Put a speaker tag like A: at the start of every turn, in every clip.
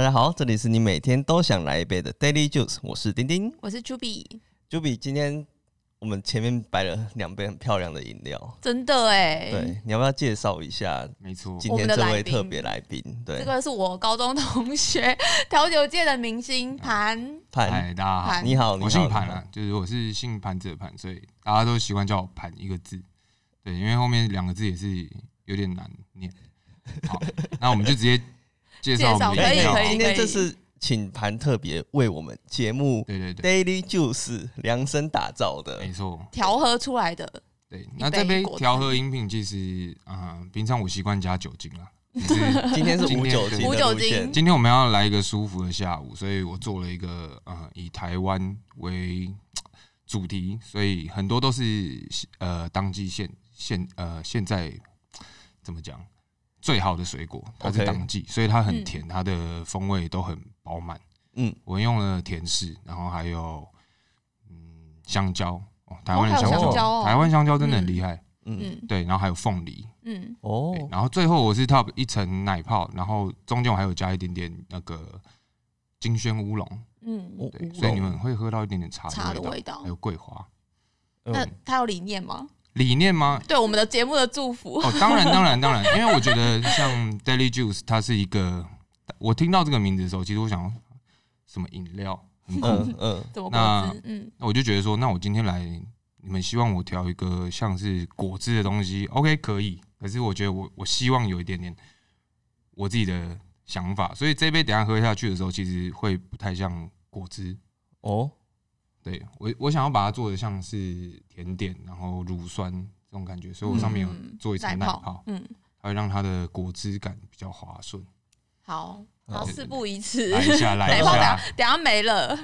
A: 家好，这里是你每天都想来一杯的 Daily Juice，我是丁丁。
B: 我是 Juby，
A: 就比今天我们前面摆了两杯很漂亮的饮料，
B: 真的哎、
A: 对，你要不要介绍一下
C: 没错，
A: 今
B: 我
A: 天
B: 们的
A: 这
B: 来
A: 位
B: 宾
A: 特别来宾？对
B: 这，个是我高中同学调酒界的明
C: 嗯
B: 星盘，
A: 潘，
C: 嗨，哎大家好
B: 盘，
A: 你好，你好
C: 我姓潘啊，，就是我是姓潘子的潘，所以大家都习惯叫我潘一个字。对，因为后面两个字也是有点难念。好，那我们就直接介绍我们
A: 你好
C: 的
B: 可以
C: 饮料
B: 可以
A: 今
C: 好。
A: 天这是请潘特别为我们节目
C: 对对对，
A: Daily Juice 量身打造的
C: 没，错。
B: 调和出来的，
C: 对，
B: 一
C: 那这
B: 杯
C: 杯
B: 果汁
C: 调和饮品其实，嗯，平常我习惯加酒精啦。只是
A: 今天是无酒精
B: 无
A: 的
B: 酒
A: 路
B: 精
A: 线，
C: 今天我们要来一个舒服的下午，所以我做了一个呃以台湾为主题，所以很多都是呃当季现现呃现在怎么讲最好的水果，它是
A: OK
C: 当季所以它很
B: 嗯
C: 甜，它的风味都很饱满。
A: 嗯，
C: 我用了甜柿，然后还有嗯香蕉哦，台
B: 哦
C: 湾的
B: 还有
C: 香
A: 香
B: 蕉哦
C: 台湾香蕉真的很厉害。
A: 嗯，
B: 嗯
C: 对，然后还有凤梨，
B: 嗯，
A: 哦
C: 对，然后最后我是 top 一层奶泡，然后中间我还有加一点点那个金萱乌龙，
B: 嗯，
A: 乌
C: 对，
A: 龙
C: 所以你们会喝到一点点茶
B: 茶的
C: 味
B: 味道
C: 还。有桂花。
B: 那
A: 嗯
B: 他有理念吗？
C: 理念吗？
B: 对我们的节目的祝福，
C: 哦，当然，当然，当然， 因为我觉得像 Daily Juice，它是一个，我听到这个名字的时候，其实我想什么饮料很酷，
A: 嗯嗯，
B: 怎么
C: 那
B: 果汁？嗯，
C: 那我就觉得说，那我今天来，你们希望我调一个像是果汁的东西，OK 可以。可是我觉得我我希望有一点点我自己的想法，所以这杯等一下喝下去的时候，其实会不太像果汁。
A: 哦，
C: 对我，我想要把它做的像是甜点，然后乳酸这种感觉，所以我上面有
B: 嗯
C: 做一层奶泡，
B: 嗯，
C: 它会让它的果汁感比较滑 顺。
B: 好，
A: 好
B: 好，
C: 对
B: 事不宜迟，
C: 来一下，来
B: 奶
C: 一
B: 泡等
C: 下
B: 下， 等下没了，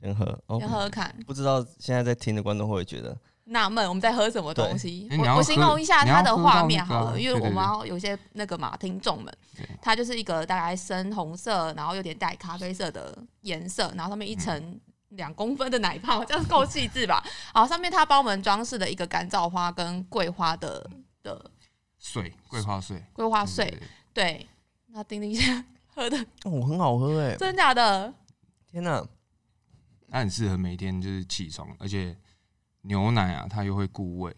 A: 先喝，哦
B: 先，喝喝看。
A: 不知道现在在听的观众会不会觉得
B: 纳闷我们在喝什么东西。
C: 对因为你要
B: 我我形容一下
C: 喝你要
B: 它的画面
C: 喝到
B: 好
C: 那个啊
B: 了，因为
C: 对对
B: 我
C: 对
B: 们要有些那个嘛听众们
C: 对，
B: 它就是一个大概深红色，然后有点带咖啡色的颜色，然后上面一层
C: 嗯
B: 两公分的奶泡，这样够细致吧？ 好，上面它帮我们装饰了一个干燥花跟桂花的的
C: 碎桂花碎，
B: 桂花
C: 对
B: 穗，
C: 嗯对对
B: 对。那丁丁现在喝的
A: 哦很好喝哎，
B: 真假的？
A: 天哪，
C: 它很适合每天就是起床，而且牛奶啊，它又会固胃。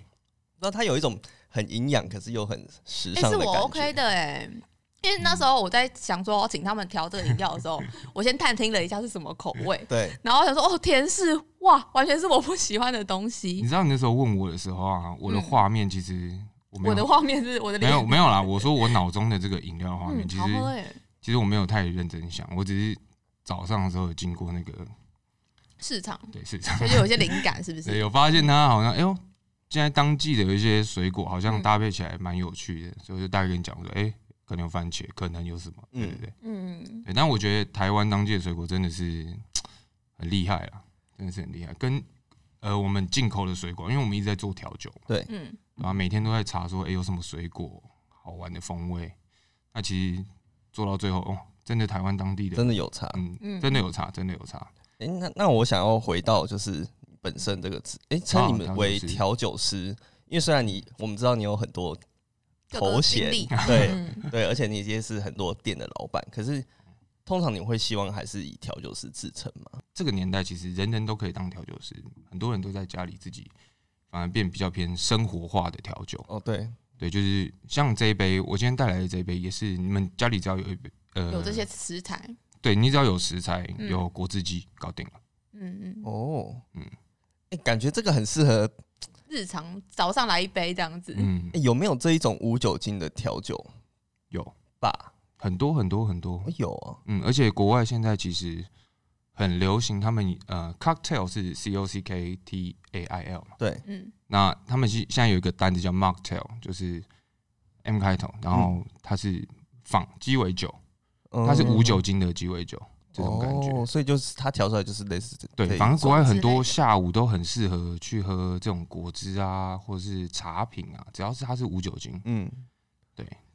A: 那它有一种很营养，可是又很时
B: 哎、
A: 尚
B: 是
A: 的感
B: 我
A: 觉。
B: OK 的哎、因为那时候我在想说哦请他们调这个饮料的时 候，我先探听了一下是什么口味，
A: 对，
B: 然后我想说，哦，甜是哇，完全是我不喜欢的东
C: 你
B: 西。
C: 知道你那时候问我的时候啊，我的画面其实我
B: 嗯
C: 没
B: 我的
C: 有
B: 画面是我的
C: 没
B: 脸，
C: 有没有啦，我说我脑中的这个饮料画面，
B: 嗯，
C: 其
B: 好喝
C: 实
B: 哎、
C: 其实我没有太认真想，我只是早上的时候有经过那个
B: 市场
C: 对市场，
B: 所以就有一些灵感， 是不
C: 对
B: 是？
C: 有发现它好像哎呦，现在当季的有一些水果好像
B: 嗯
C: 搭配起来蛮有趣的，所以我就大概跟你讲说，哎，可能有番茄，可能有什么，对
A: 嗯
C: 对对。
B: 嗯，
C: 对，但我觉得台湾当季的水果真的是很厉害啦，真的是很厉害。跟呃我们进口的水果，因为我们一直在做调酒嘛，
B: 嗯，
C: 然后每天都在查说，哎、有什么水果好玩的风味。那其实做到最后，哦，真的台湾当地的，
A: 真的有差。
C: 嗯，
B: 嗯
C: 真的有差，真的有差。
A: 哎、那那我想要回到就是本身这个职，哎、
C: 啊
A: 称你们
C: 调酒
A: 为
C: 师
A: 调酒师，因为虽然你我们知道你有很 多
B: 各个
A: 头衔
B: 经 历，
A: 对
B: 嗯，
A: 对，而且你也是很多店的老板，可是通常你会希望还是以调酒师自称嘛？
C: 这个年代其实人人都可以当调酒师，很多人都在家里自己，反而变比较偏生活化的调酒。
A: 哦，对，
C: 对，就是像这一杯，我今天带来的这一杯，也是你们家里只要有一杯，呃，
B: 有这些食材，
C: 对你只要有食材，
B: 嗯
C: 有果汁机，搞定了。
B: 嗯嗯，
A: 哦，嗯
C: 嗯，
A: 哎、感觉这个很适合、
B: 日常早上来一杯这样子，
C: 嗯，
A: 诶有没有这一种无酒精的调酒
C: 有
A: 吧？
C: 很多很多很多
A: 我，有啊，
C: 嗯，而且国外现在其实很流行，他们呃，cocktail 是 C O C K T A I L 嘛，
A: 对，
B: 嗯
C: 那他们现现在有一个单字叫 mocktail，就是 M 开头，然
B: 嗯
C: 后它是仿鸡尾酒，
B: 哦
A: 嗯
C: 它是无酒精的鸡尾酒，这种感
A: 哦
C: 觉。
A: 所以就是它调出来就是类似这这
C: 对，
A: 一
C: 反正国外很
B: 之类
C: 多
B: 的
C: 下午都很适合去喝这种果汁啊，或是茶品啊，只要是它是无酒精，
A: 嗯，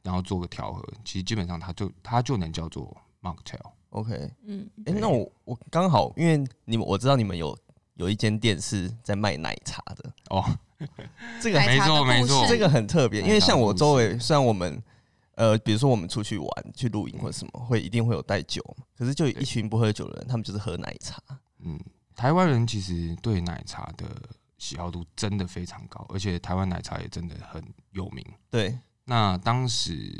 C: 然后做个调和，其实基本上它就它就能叫做 mocktail。
A: OK，
B: 嗯，
A: 哎、
C: 对
A: 那我我刚好，因为你们我知道你们有有一间店是在卖奶茶的，
C: 哦，
A: 这个
B: 奶茶的
C: 没错
B: 故事
C: 没错
A: 这个很特别，因为像我周围，虽然我们呃，比如说我们出去玩、去露营或什么，会一定会有带酒嘛。可是就有
C: 对
A: 一群不喝酒的人，他们就是喝奶茶。
C: 嗯，台湾人其实对奶茶的喜好度真的非常高，而且台湾奶茶也真的很有名。
A: 对，
C: 那当时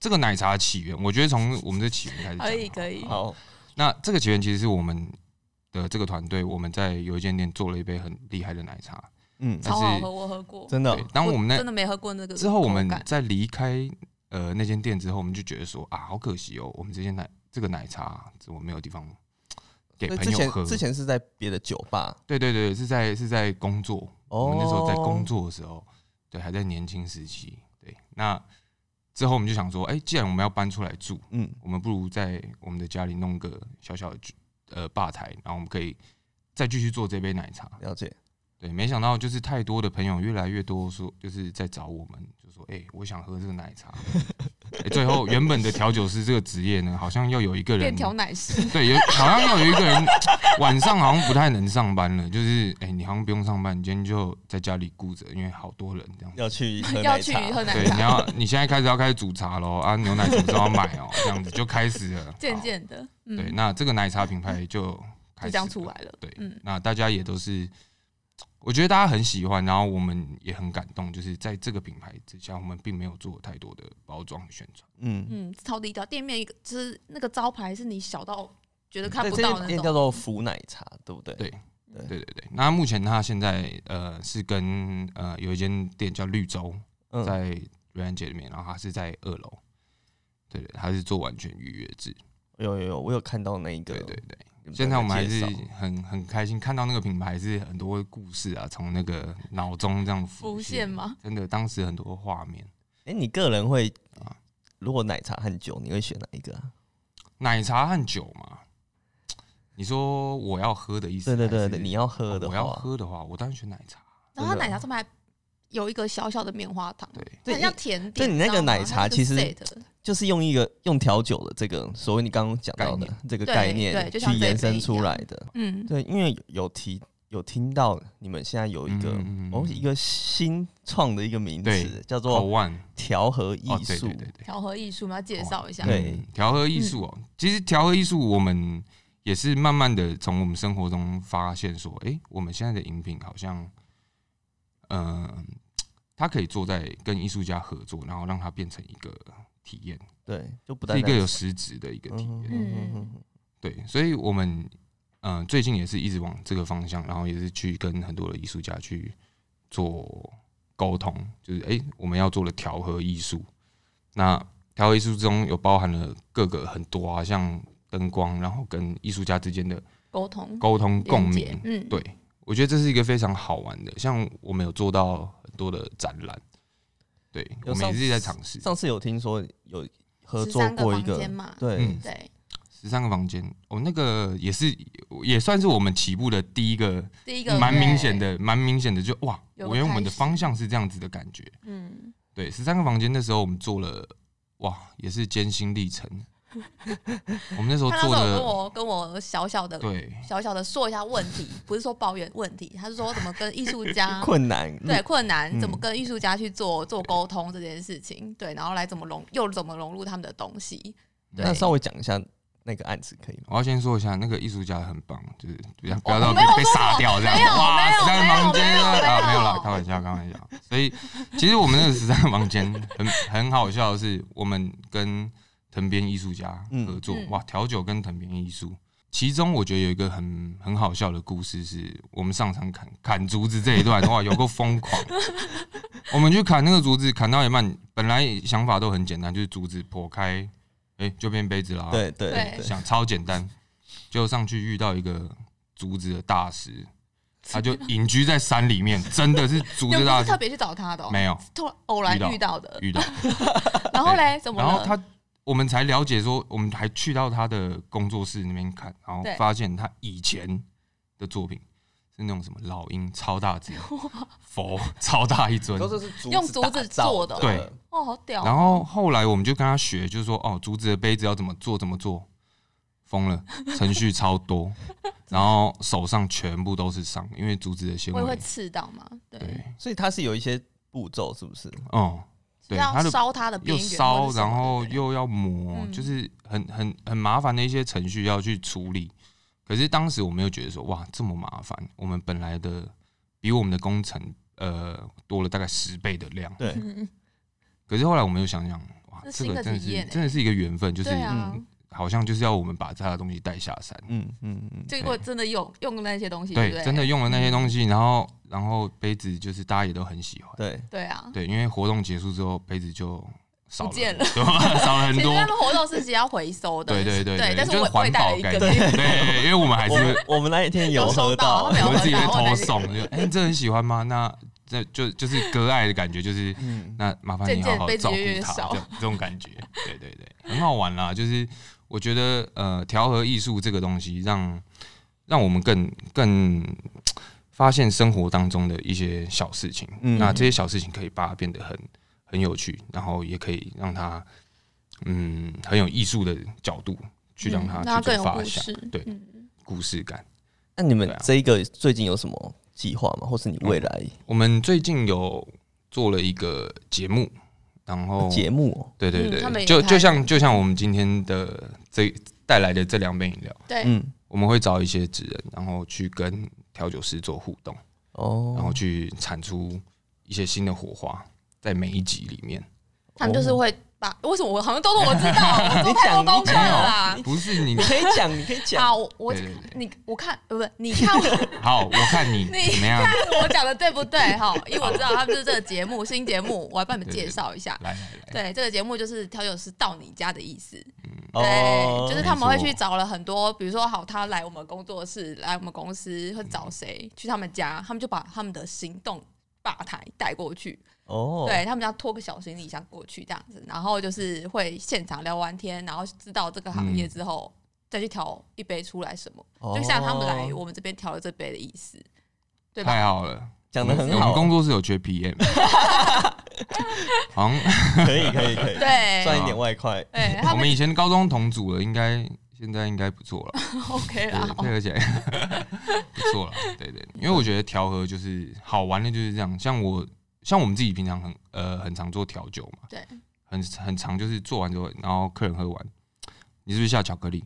C: 这个奶茶的起源，我觉得从我们的起源开始讲好
B: 可
C: 了。
B: 以可以
A: 好，
C: 那这个起源其实是我们的这个团队，我们在有一间店做了一杯很厉害的奶茶。
A: 嗯，
C: 但
B: 超好
C: 是
B: 喝，我喝过。
A: 真的哦
C: 对，当我们
B: 真
C: 那
B: 的没喝过那个
C: 之后，我们
B: 口感
C: 在离开呃那间店之后，我们就觉得说啊，好可惜哦，我们这间奶这个奶茶怎么没有地方给
A: 对
C: 朋
A: 之
C: 友
A: 前
C: 喝？
A: 之前是在别的酒吧，
C: 对对对，是在是在工作，
A: 哦
C: 我们那时候在工作的时候，对，还在年轻时期，对。那之后我们就想说，哎、既然我们要搬出来住，
A: 嗯，
C: 我们不如在我们的家里弄个小小的呃吧台，然后我们可以再继续做这杯奶茶。
A: 了解，
C: 对，没想到就是太多的朋友越来越多说，就是在找我们，就说，哎、我想喝这个奶茶。 哎最后原本的调酒师这个职业呢，好像要有一个人
B: 变调奶师，
C: 对，有好像要有一个人晚上好像不太能上班了，就是哎、你好像不用上班，你今天就在家里顾着，因为好多人这样。
A: 要去喝
B: 要
A: 奶
B: 去
A: 茶，
B: 喝奶
C: 对，你
B: 茶，
C: 要你现在开始要开始煮茶喽啊，牛奶什么时候要买哦？这样子就开始了。
B: 渐
C: 好
B: 渐的，嗯，
C: 对，那这个奶茶品牌就开
B: 就
C: 始
B: 这样出
C: 了
B: 来了。
C: 对，
B: 嗯
C: 那大家也都是，我觉得大家很喜欢，然后我们也很感动，就是在这个品牌之下，我们并没有做太多的包装宣传。
A: 嗯，
B: 嗯，超低调，店面一个就是那个招牌是你小到觉得看
A: 嗯对，
B: 不
A: 这
B: 到
A: 间
B: 那
A: 店叫
B: 种，
A: 做福奶茶，对不对？
C: 对
A: 对
C: 对对对，那目前它现在呃是跟呃有一间店叫绿洲，
A: 嗯，
C: 在瑞安街里面，然后它是在二楼，对对，它是做完全预约制，
A: 有有有，我有看到那一个，
C: 对对对。
A: 你
C: 现在我们还
A: 哦介
C: 是
A: 绍
C: 很很开心看到那个品牌是很多故事啊，从那个脑中这样浮
B: 浮现吗？
C: 真的，当时很多画面。
A: 哎、你个人会
C: 啊
A: 如果奶茶和酒，你会选哪一个、啊？
C: 奶茶和酒嘛。你说我要喝的意思
A: 对
C: 还
A: 对
C: 是？
A: 对对，你要喝
C: 哦
A: 的
C: 我
A: 话，
C: 要喝的话，我当然选奶茶。
B: 然后它奶茶上面还有一个小小的棉花糖，
C: 对，
A: 哦对
B: 很像甜
A: 对
B: 点。
A: 你那个
B: 知道吗
A: 奶茶
B: 它是
A: 其实
B: set
A: 就是用一个用调酒的这个所谓你刚刚讲到的
C: 概
A: 这个
B: 对
A: 概
B: 对
A: 念
B: 就
A: 去
B: 像这一
A: 延
B: 杯一
A: 伸出
B: 样
A: 来的。
B: 嗯，
A: 对，因为有提有听到你们现在有一个、
C: 嗯嗯嗯
A: 哦一个新创的一个名
C: 对
A: 词叫
C: 口
A: 做
C: 腕
A: 调和艺
C: 哦，对
A: 术
C: 对，对对，
B: 调和艺术，我们要介绍一下。
A: 对
C: 嗯调和艺术哦，其实调和艺术我们也是慢慢的从我们生活中发现说，诶，我们现在的饮品好像，嗯，它可以坐在跟艺术家合作，然后让它变成一个体验，
A: 对，就不
C: 是
A: 单
C: 一个有
A: 单
C: 实质的一个体
A: 嗯
C: 验。
A: 嗯嗯
C: 对，所以我们嗯、呃最近也是一直往这个方向，然后也是去跟很多的艺术家去做沟通，就是诶，我们要做的调和艺术。那调和艺术中有包含了各个很多啊，像灯光，然后跟艺术家之间的
B: 沟通、
C: 沟通
B: 连
C: 共
B: 接
C: 鸣。
B: 嗯，
C: 对，我觉得这是一个非常好玩的，像我们有做到很多的展览，对我
A: 有
C: 们
A: 上
C: 也是在尝
A: 嗯。
C: 试
A: 上次有听说有合
B: 十
A: 作
B: 三
A: 过一
B: 房
A: 个，
B: 间嘛，
A: 对，
C: 嗯
B: 对，
C: 十三个房间，哦，那个也是也算是我们起步的第一个
B: 第一个
C: 蛮明显，的，蛮明显的就，哇，
B: 有
C: 我
B: 个
C: 原本
B: 开
C: 我们的
B: 始
C: 方向是这样子的感觉。
B: 对嗯，
C: 对，十三个房间那时候我们做了，哇，也是艰辛历程。 我们那时候
B: 他那时
C: 做
B: 候有跟
C: 的，
B: 我跟我小小的
C: 对
B: 小小的说一下问题，不是说抱怨问题，他是说怎么跟艺术家
A: 困难
B: 对困难，
A: 嗯
B: 怎么跟艺术家去做做沟通这件事情，对，然后来怎么融又怎么融入他们的东西，
A: 那稍微讲一下那个案子可以吗？
C: 我要先说一下，那个艺术家很棒，就是不要不
B: 我
C: 要到
B: 哦没有
C: 被
B: 说
C: 杀
B: 我
C: 掉这样
B: 没有。
C: 哇，
B: 没有
C: 十三个
B: 没有
C: 房间
B: 没有
C: 啊，
B: 没
C: 没
B: 有
C: 有啦，开玩笑，开玩笑。所以其实我们那个十三个房间很很好笑的是，我们跟藤边艺术家
A: 嗯
C: 合作，
B: 嗯
C: 哇，调酒跟藤边艺术。其中我觉得有一个很很好笑的故事是，我们上场砍砍竹子这一段，哇，有够疯狂。我们去砍那个竹子，砍到一半，本来想法都很简单，就是竹子破开，哎、就变杯子啦。
A: 对对
B: 对
A: 对，
C: 想超简单，就上去遇到一个竹子的 大师，他就隐居在山里面，真的是竹
B: 你 们
C: 子
B: 不
C: 大
B: 是特
C: 师，
B: 别去找他的、哦，
C: 没有
B: 突然偶然
C: 遇到
B: 遇到的，
C: 遇到，
B: 然后嘞，怎么
C: 然
B: 了？
C: 后他我们才了解说，我们还去到他的工作室那边看，然后
B: 对
C: 发现他以前的作品是那种什么老鹰超 大只佛超大一尊，
A: 这是竹
B: 用竹子做的
C: 对，
B: 哦，好屌，
C: 然后后来我们就跟他学，就是说哦，竹子的杯子要怎么做怎么做，疯了， 程序 超多，然后手上全部都是伤，因为竹子的纤
B: 我也会
C: 维。
B: 刺到嘛，对，
C: 对，
A: 所以它是有一些步骤，是不是？
C: 哦、对它
B: 要
C: 的
B: 烧它的边
C: 又
B: 缘，
C: 烧，然后
B: 又
C: 又要磨，
B: 嗯
C: 就是很很很麻烦的一些程序要去处理。可是当时我没有觉得说哇这么麻烦，我们本来的比我们的工程呃多了大概十倍的量。
A: 对
B: 嗯
C: 可是后来我们又想想，哇，
B: 这是
C: 这
B: 一
C: 个
B: 个
C: 真的
B: 体
C: 是
B: 验欸
C: 真的是一个缘分，就是、 嗯
B: 对啊，
C: 好像就是要我们把他的东西带下山。
A: 嗯嗯嗯，
B: 结果真的用用了那些东西，对
C: 对
B: 不，对，嗯
C: 真的用了那些东西，然后然后杯子就是大家也都很喜欢。
A: 对，
B: 对啊。
C: 对，因为活动结束之后，杯子就少
B: 不见了
C: 了，对少了很
B: 其实
C: 多。
B: 他们活动是只要回收的，
C: 对对对
B: 对，但是
C: 就
B: 我
C: 是
B: 我也
C: 环
B: 带
C: 保
B: 了一
C: 概
B: 个
C: 念。
B: 进去，
C: 对，因为我们还是
A: 我们我们那一天有
B: 有收
A: 喝
B: 到他们有
C: 我们自己会
B: 我们
C: 偷送，就哎，你这很喜欢吗？那这就就是割爱的感觉，就是
A: 嗯，
C: 那麻烦你
B: 渐渐
C: 好好
B: 杯子
C: 照顾
B: 越来越
C: 他，
B: 少
C: 这种这种感觉，对对对，很好玩啦。就是我觉得呃，调和艺术这个东西让，让我们更更发现生活当中的一些小事情。
A: 嗯
C: 那这些小事情可以把它变得很很有趣，然后也可以让它嗯很有艺术的角度去让它
B: 嗯让它
C: 去
B: 更有
C: 做发
B: 故
C: 想，
B: 事，
C: 对
B: 嗯
C: 故事感。
A: 那你们
C: 对啊
A: 这一个最近有什么计划吗？或是你未来
C: 我们最近有做了一个节目，然后
A: 节目哦？
C: 对对
B: 嗯
C: 对，
B: 他们也
C: 就
B: 开
C: 就像就像我们今天的这带来的这两杯饮料，
B: 对，
A: 嗯，
C: 我们会找一些职人，然后去跟调酒师做互动，
A: 哦，
C: 然后去产出一些新的火花，在每一集里面。
B: 他们
C: 哦
B: 就是会把为什么我好像都是我知 道，我做太多功课了啦。
C: 不是你
A: 你可以讲，你可以讲，
B: 好，我我
C: 对对
B: 你我看呃不，你看我
C: 好，我看你
B: 你
C: 怎 么样，
B: 我讲的对不对哈？因为我知道他们就是这个节目新节目，我来帮你们介绍一下。
C: 来来
B: 对，
C: 来，
B: 这个节目就是调酒师到你家的意思。
A: 哦
B: 对，就是他们会
C: 没错
B: 去找了很多，比如说好，他来我们工作室，来我们公司，或者找谁去他们家，他们就把他们的行动吧台带过去，
A: 哦，
B: 对他们要拖个小行李箱过去这样子，然后就是会现场聊完天，然后知道这个行
C: 嗯
B: 业之后。再去调一杯出来什么，
A: 哦，
B: 就像他们来我们这边调了这杯的意思，对吧？
C: 太好了，
A: 讲的
C: 我
A: 很
C: 们我们
A: 好，啊
C: 工作室有缺 PM，好像
A: 可以可以可以，
B: 对，
A: 赚一点外快，
B: 对，他
C: 我
B: 们
C: 们以前高中同组了，应该现在应该不错了。
B: OK 啦，
C: 对，配合起来 不错了。对对，因为我觉得调和就是好玩的，就是这样。像我，像我们自己平常很呃很常做调酒嘛，
B: 对，
C: 很很常就是做完之后，然后客人喝完，你是不是下巧克力？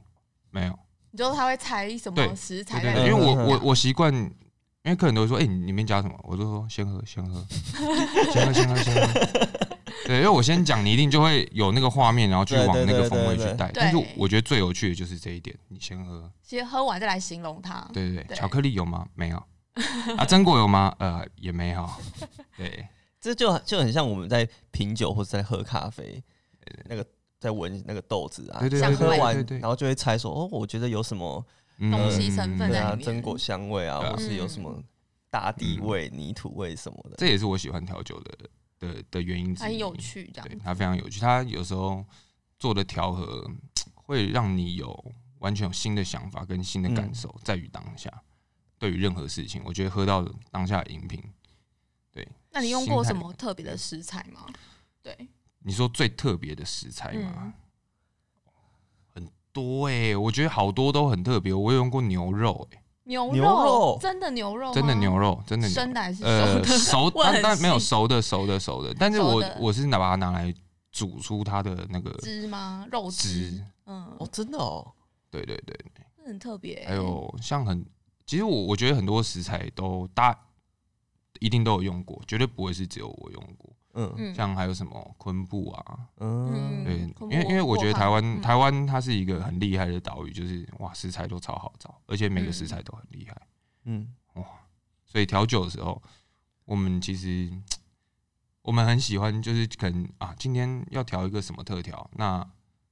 C: 没有，
B: 你知道他会猜什么
C: 对
B: 食材
C: 对
B: 在
C: 对
B: 里面？
C: 对，因为
A: 嗯
C: 我我我习惯，因为客人都会说，哎、你里面加什么？我都说先喝，先喝， 先喝，先喝，先喝。 对，因为我先讲，你一定就会有那个画面，然后去
A: 对
C: 往
A: 对
C: 那个
A: 对
C: 风
A: 对
C: 味去
A: 对
C: 带。
B: 对
C: 但是我觉得最有趣的就是这一点，你先喝，
B: 先喝完再来形容它。
C: 对对
B: 对
C: 对，巧克力有吗？没有。啊，榛果有吗？呃，也没有。对，
A: 这就就很像我们在品酒或者在喝咖啡，那个在闻那个豆子啊，
C: 对对
B: 想
A: 喝
B: 对
A: 完
C: 对对嗯
A: 然后就会猜说，哦，我觉得有什么
B: 东西成分
A: 对
B: 在
A: 啊，
B: 里面嗯
A: 榛果香味啊，
C: 对啊
A: 或是有什么大地味、泥土味什么的，
C: 嗯这也是我喜欢调酒的的的原因之一。
B: 很有，趣，啊这
C: 对
B: 样，
C: 它非常有趣。它有时候做的调和会让你有完全有新的想法跟新的感受，在于当下。对于任何事情，我觉得喝到当下的饮品，
B: 那你用过什么特别的食材吗？对，
C: 你说最特别的食材吗？
B: 嗯
C: 很多哎、我觉得好多都很特别。我有用过牛肉、欸，
B: 牛
A: 牛肉
B: 真的牛肉吗，
C: 真的牛肉，真的牛肉
B: 哦生的还是熟
C: 呃，
B: 的？
C: 熟
B: 我很
C: 但但没有
B: 细
C: 熟的，熟的，熟的。但是我
B: 熟的
C: 我是拿把它拿来煮出它的那个
B: 汁吗？肉
C: 汁
B: 汁，，嗯，
A: 哦，真的哦，
C: 对对对。
B: 这很特别。欸
C: 还，有像很，其实我我觉得很多食材都大一定都有用过，绝对不会是只有我用过。
A: 嗯
B: 嗯，
C: 像还有什么昆布啊，
A: 嗯，
C: 对
B: 嗯，
C: 因
B: 昆
C: 为
B: 布
C: 因为我觉得
B: 过海
C: 台
B: 嗯
C: 湾台湾它是一个很厉害的岛屿，就是哇食材都超好找，而且每个食材都很厉害。
A: 嗯，
C: 所以调酒的时候，我们其实我们很喜欢，就是可能啊，今天要调一个什么特调，那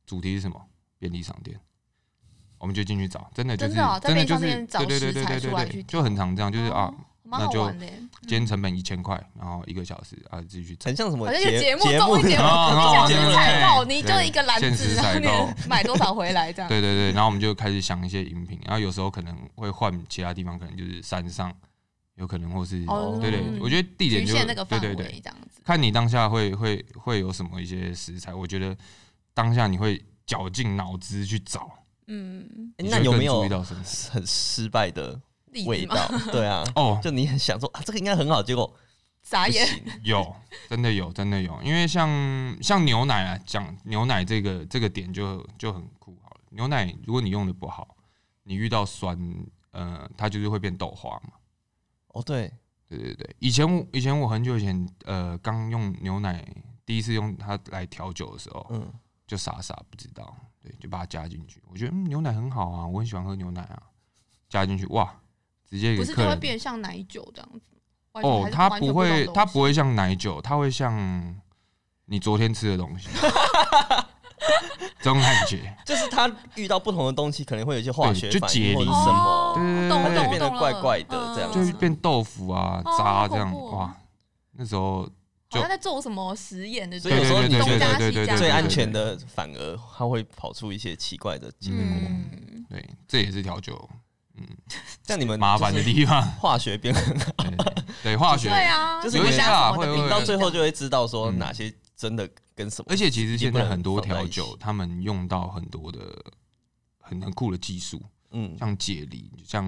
C: 主题是什么？便利商店，我们就进去找，真的就是
B: 真的哦在
C: 真的
B: 便利
C: 就
B: 商
C: 是
B: 店找
C: 对对对
B: 食
C: 对
B: 材
C: 对
B: 出来
C: 对
B: 去
C: 对，
B: 调
C: 就很常就是啊
B: 哦，嗯蛮好玩的耶，
C: 今天成本一千块，然后一个小时啊，继续
A: 很像什么
B: 好像有节目
A: 节
B: 综艺节
A: 目
B: 目，
C: 哦
B: 一
C: 哦
B: 小时
C: 对对
B: 采购，
C: 对
B: 你就一个篮
C: 限
B: 子，
C: 时
B: 然后
C: 采购
B: 你买多少回来这样。
C: 对对对，然后我们就开始想一些饮品，然后有时候可能会换其他地方，可能就是山上，有可能或是、
B: 哦
C: 对对，
B: 嗯
C: 我觉得地点
B: 局
C: 就
B: 限那个
C: 对
B: 范
C: 对对
B: 围，这样子。
C: 看你当下会会会有什么一些食材，我觉得当下你会绞尽脑汁去找，
B: 嗯，
A: 诶
C: 你
A: 那
C: 就
A: 有
C: 更
A: 没
C: 注
A: 有
C: 意到什么？
A: 很失败的
B: 例
A: 味
B: 子嘛，
A: 道？对啊，
C: 哦，
A: 就你很想说啊，这个应该很好，结果
B: 傻
A: 不
B: 眼，
A: 行，
C: 有，真的有，真的有。因为像像牛奶啊，讲牛奶这个这个点就就很酷好了。牛奶如果你用的不好，你遇到酸，呃，它就是会变豆花嘛。
A: 哦，对，
C: 对对对，以前我以前我很久以前，呃，刚用牛奶第一次用它来调酒的时候，
A: 嗯，
C: 就傻傻不知道，对，就把它加进去。我觉得、嗯、牛奶很好啊，我很喜欢喝牛奶啊，加进去哇，直接
B: 不
C: 给
B: 是就
C: 客
B: 会
C: 人
B: 变像奶酒这样子。完全
C: 哦
B: 还，是
C: 它
B: 完全
C: 不
B: 不
C: 会，
B: 懂
C: 它
B: 东
C: 不会像奶酒，它会像你昨天吃的东西，这种 感觉。
A: 就是他遇到不同的东西，可能会有一些化学
C: 对就
A: 反
C: 解
A: 应或者
C: 离
A: 是什么，
B: 哦
C: 对对
B: 懂
C: 对
B: 了
A: 就
B: 懂了
C: 对
A: 变得
B: 懂了
A: 怪怪的
B: 嗯
A: 这样
C: 就
A: 子
C: 是变豆腐啊、
B: 哦
C: 渣
B: 好
C: 这样，
B: 恐怖哦
C: 哇！那时候
B: 好像在做什么实验的，
A: 所以有时候你觉得
C: 对对对对对对
A: 最安全的，反而它会跑出一些奇怪的结果。
B: 嗯，
C: 对，这也是调酒
A: 像你们
C: 麻烦的
A: 就是
C: 地方。
A: 化学变很好，
C: 对对对对化学
B: 对，啊，
A: 就是
B: 你们
A: 有一
B: 家
C: 些啊
B: 什么的
C: 会
B: 比
C: 会
A: 你到最后就会知道说
C: 嗯
A: 哪些真的跟什么
C: 而。且其实现在很多
A: 不能
C: 调
A: 放在一
C: 酒
A: 起，
C: 他们用到很多的很很酷的技术，
A: 嗯，
C: 像解离，像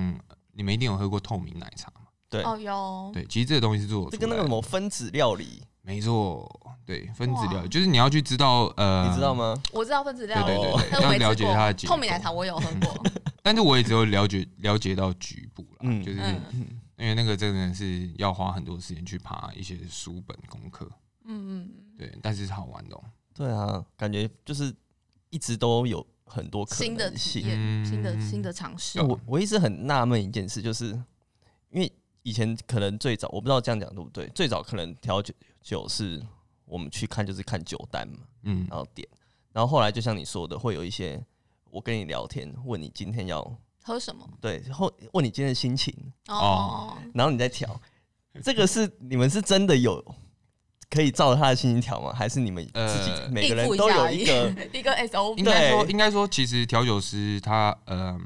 C: 你们一定有喝过透明奶茶嘛？
A: 对，
B: 哦有，
C: 对，其实这个东西是做
A: 这
C: 得
A: 跟那
C: 出来
A: 个
C: 的
A: 什么分子料理，
C: 没错，对，分子料
B: 哇
C: 理就是你要去知道，呃，
A: 你知道？吗？
B: 我知道分子料理
A: 对对对，
C: 对
B: 但是我也
C: 要了
B: 吃
C: 解
B: 过
C: 它的结
B: 透明奶
C: 构
B: 茶我有喝过，
C: 但是我也只有了解了解到局部啦，
A: 嗯
C: 就是
B: 嗯
C: 因为那个真的是要花很多时间去爬一些书本功课，
B: 嗯嗯，
C: 对，但是是好玩的、哦，
A: 对啊，感觉就是一直都有很多可
B: 新的
A: 能
B: 体
A: 性。
B: 验，
C: 嗯
B: 新的新的尝试
A: 那，我我一直很纳闷一件事，就是因为以前可能最早，我不知道这样讲对不对，最早可能调酒酒是我们去看就是看酒单嘛，
C: 嗯
A: 然后点，然后后来就像你说的，会有一些我跟你聊天，问你今天要
B: 喝什么？
A: 对后问你今天的心情，
B: 哦，
A: 然后你再 调，这个是你们是真的有可以照着他的心情调吗？还是你们自己
C: 呃
A: 每个
B: 应
A: 人
B: 付一
A: 都
B: 下
A: 有
B: 而
A: 一
B: 已
A: 个
B: 一个
C: 应
B: SOP，
C: 该说
A: 对
C: 应该说，其实调酒师他，呃，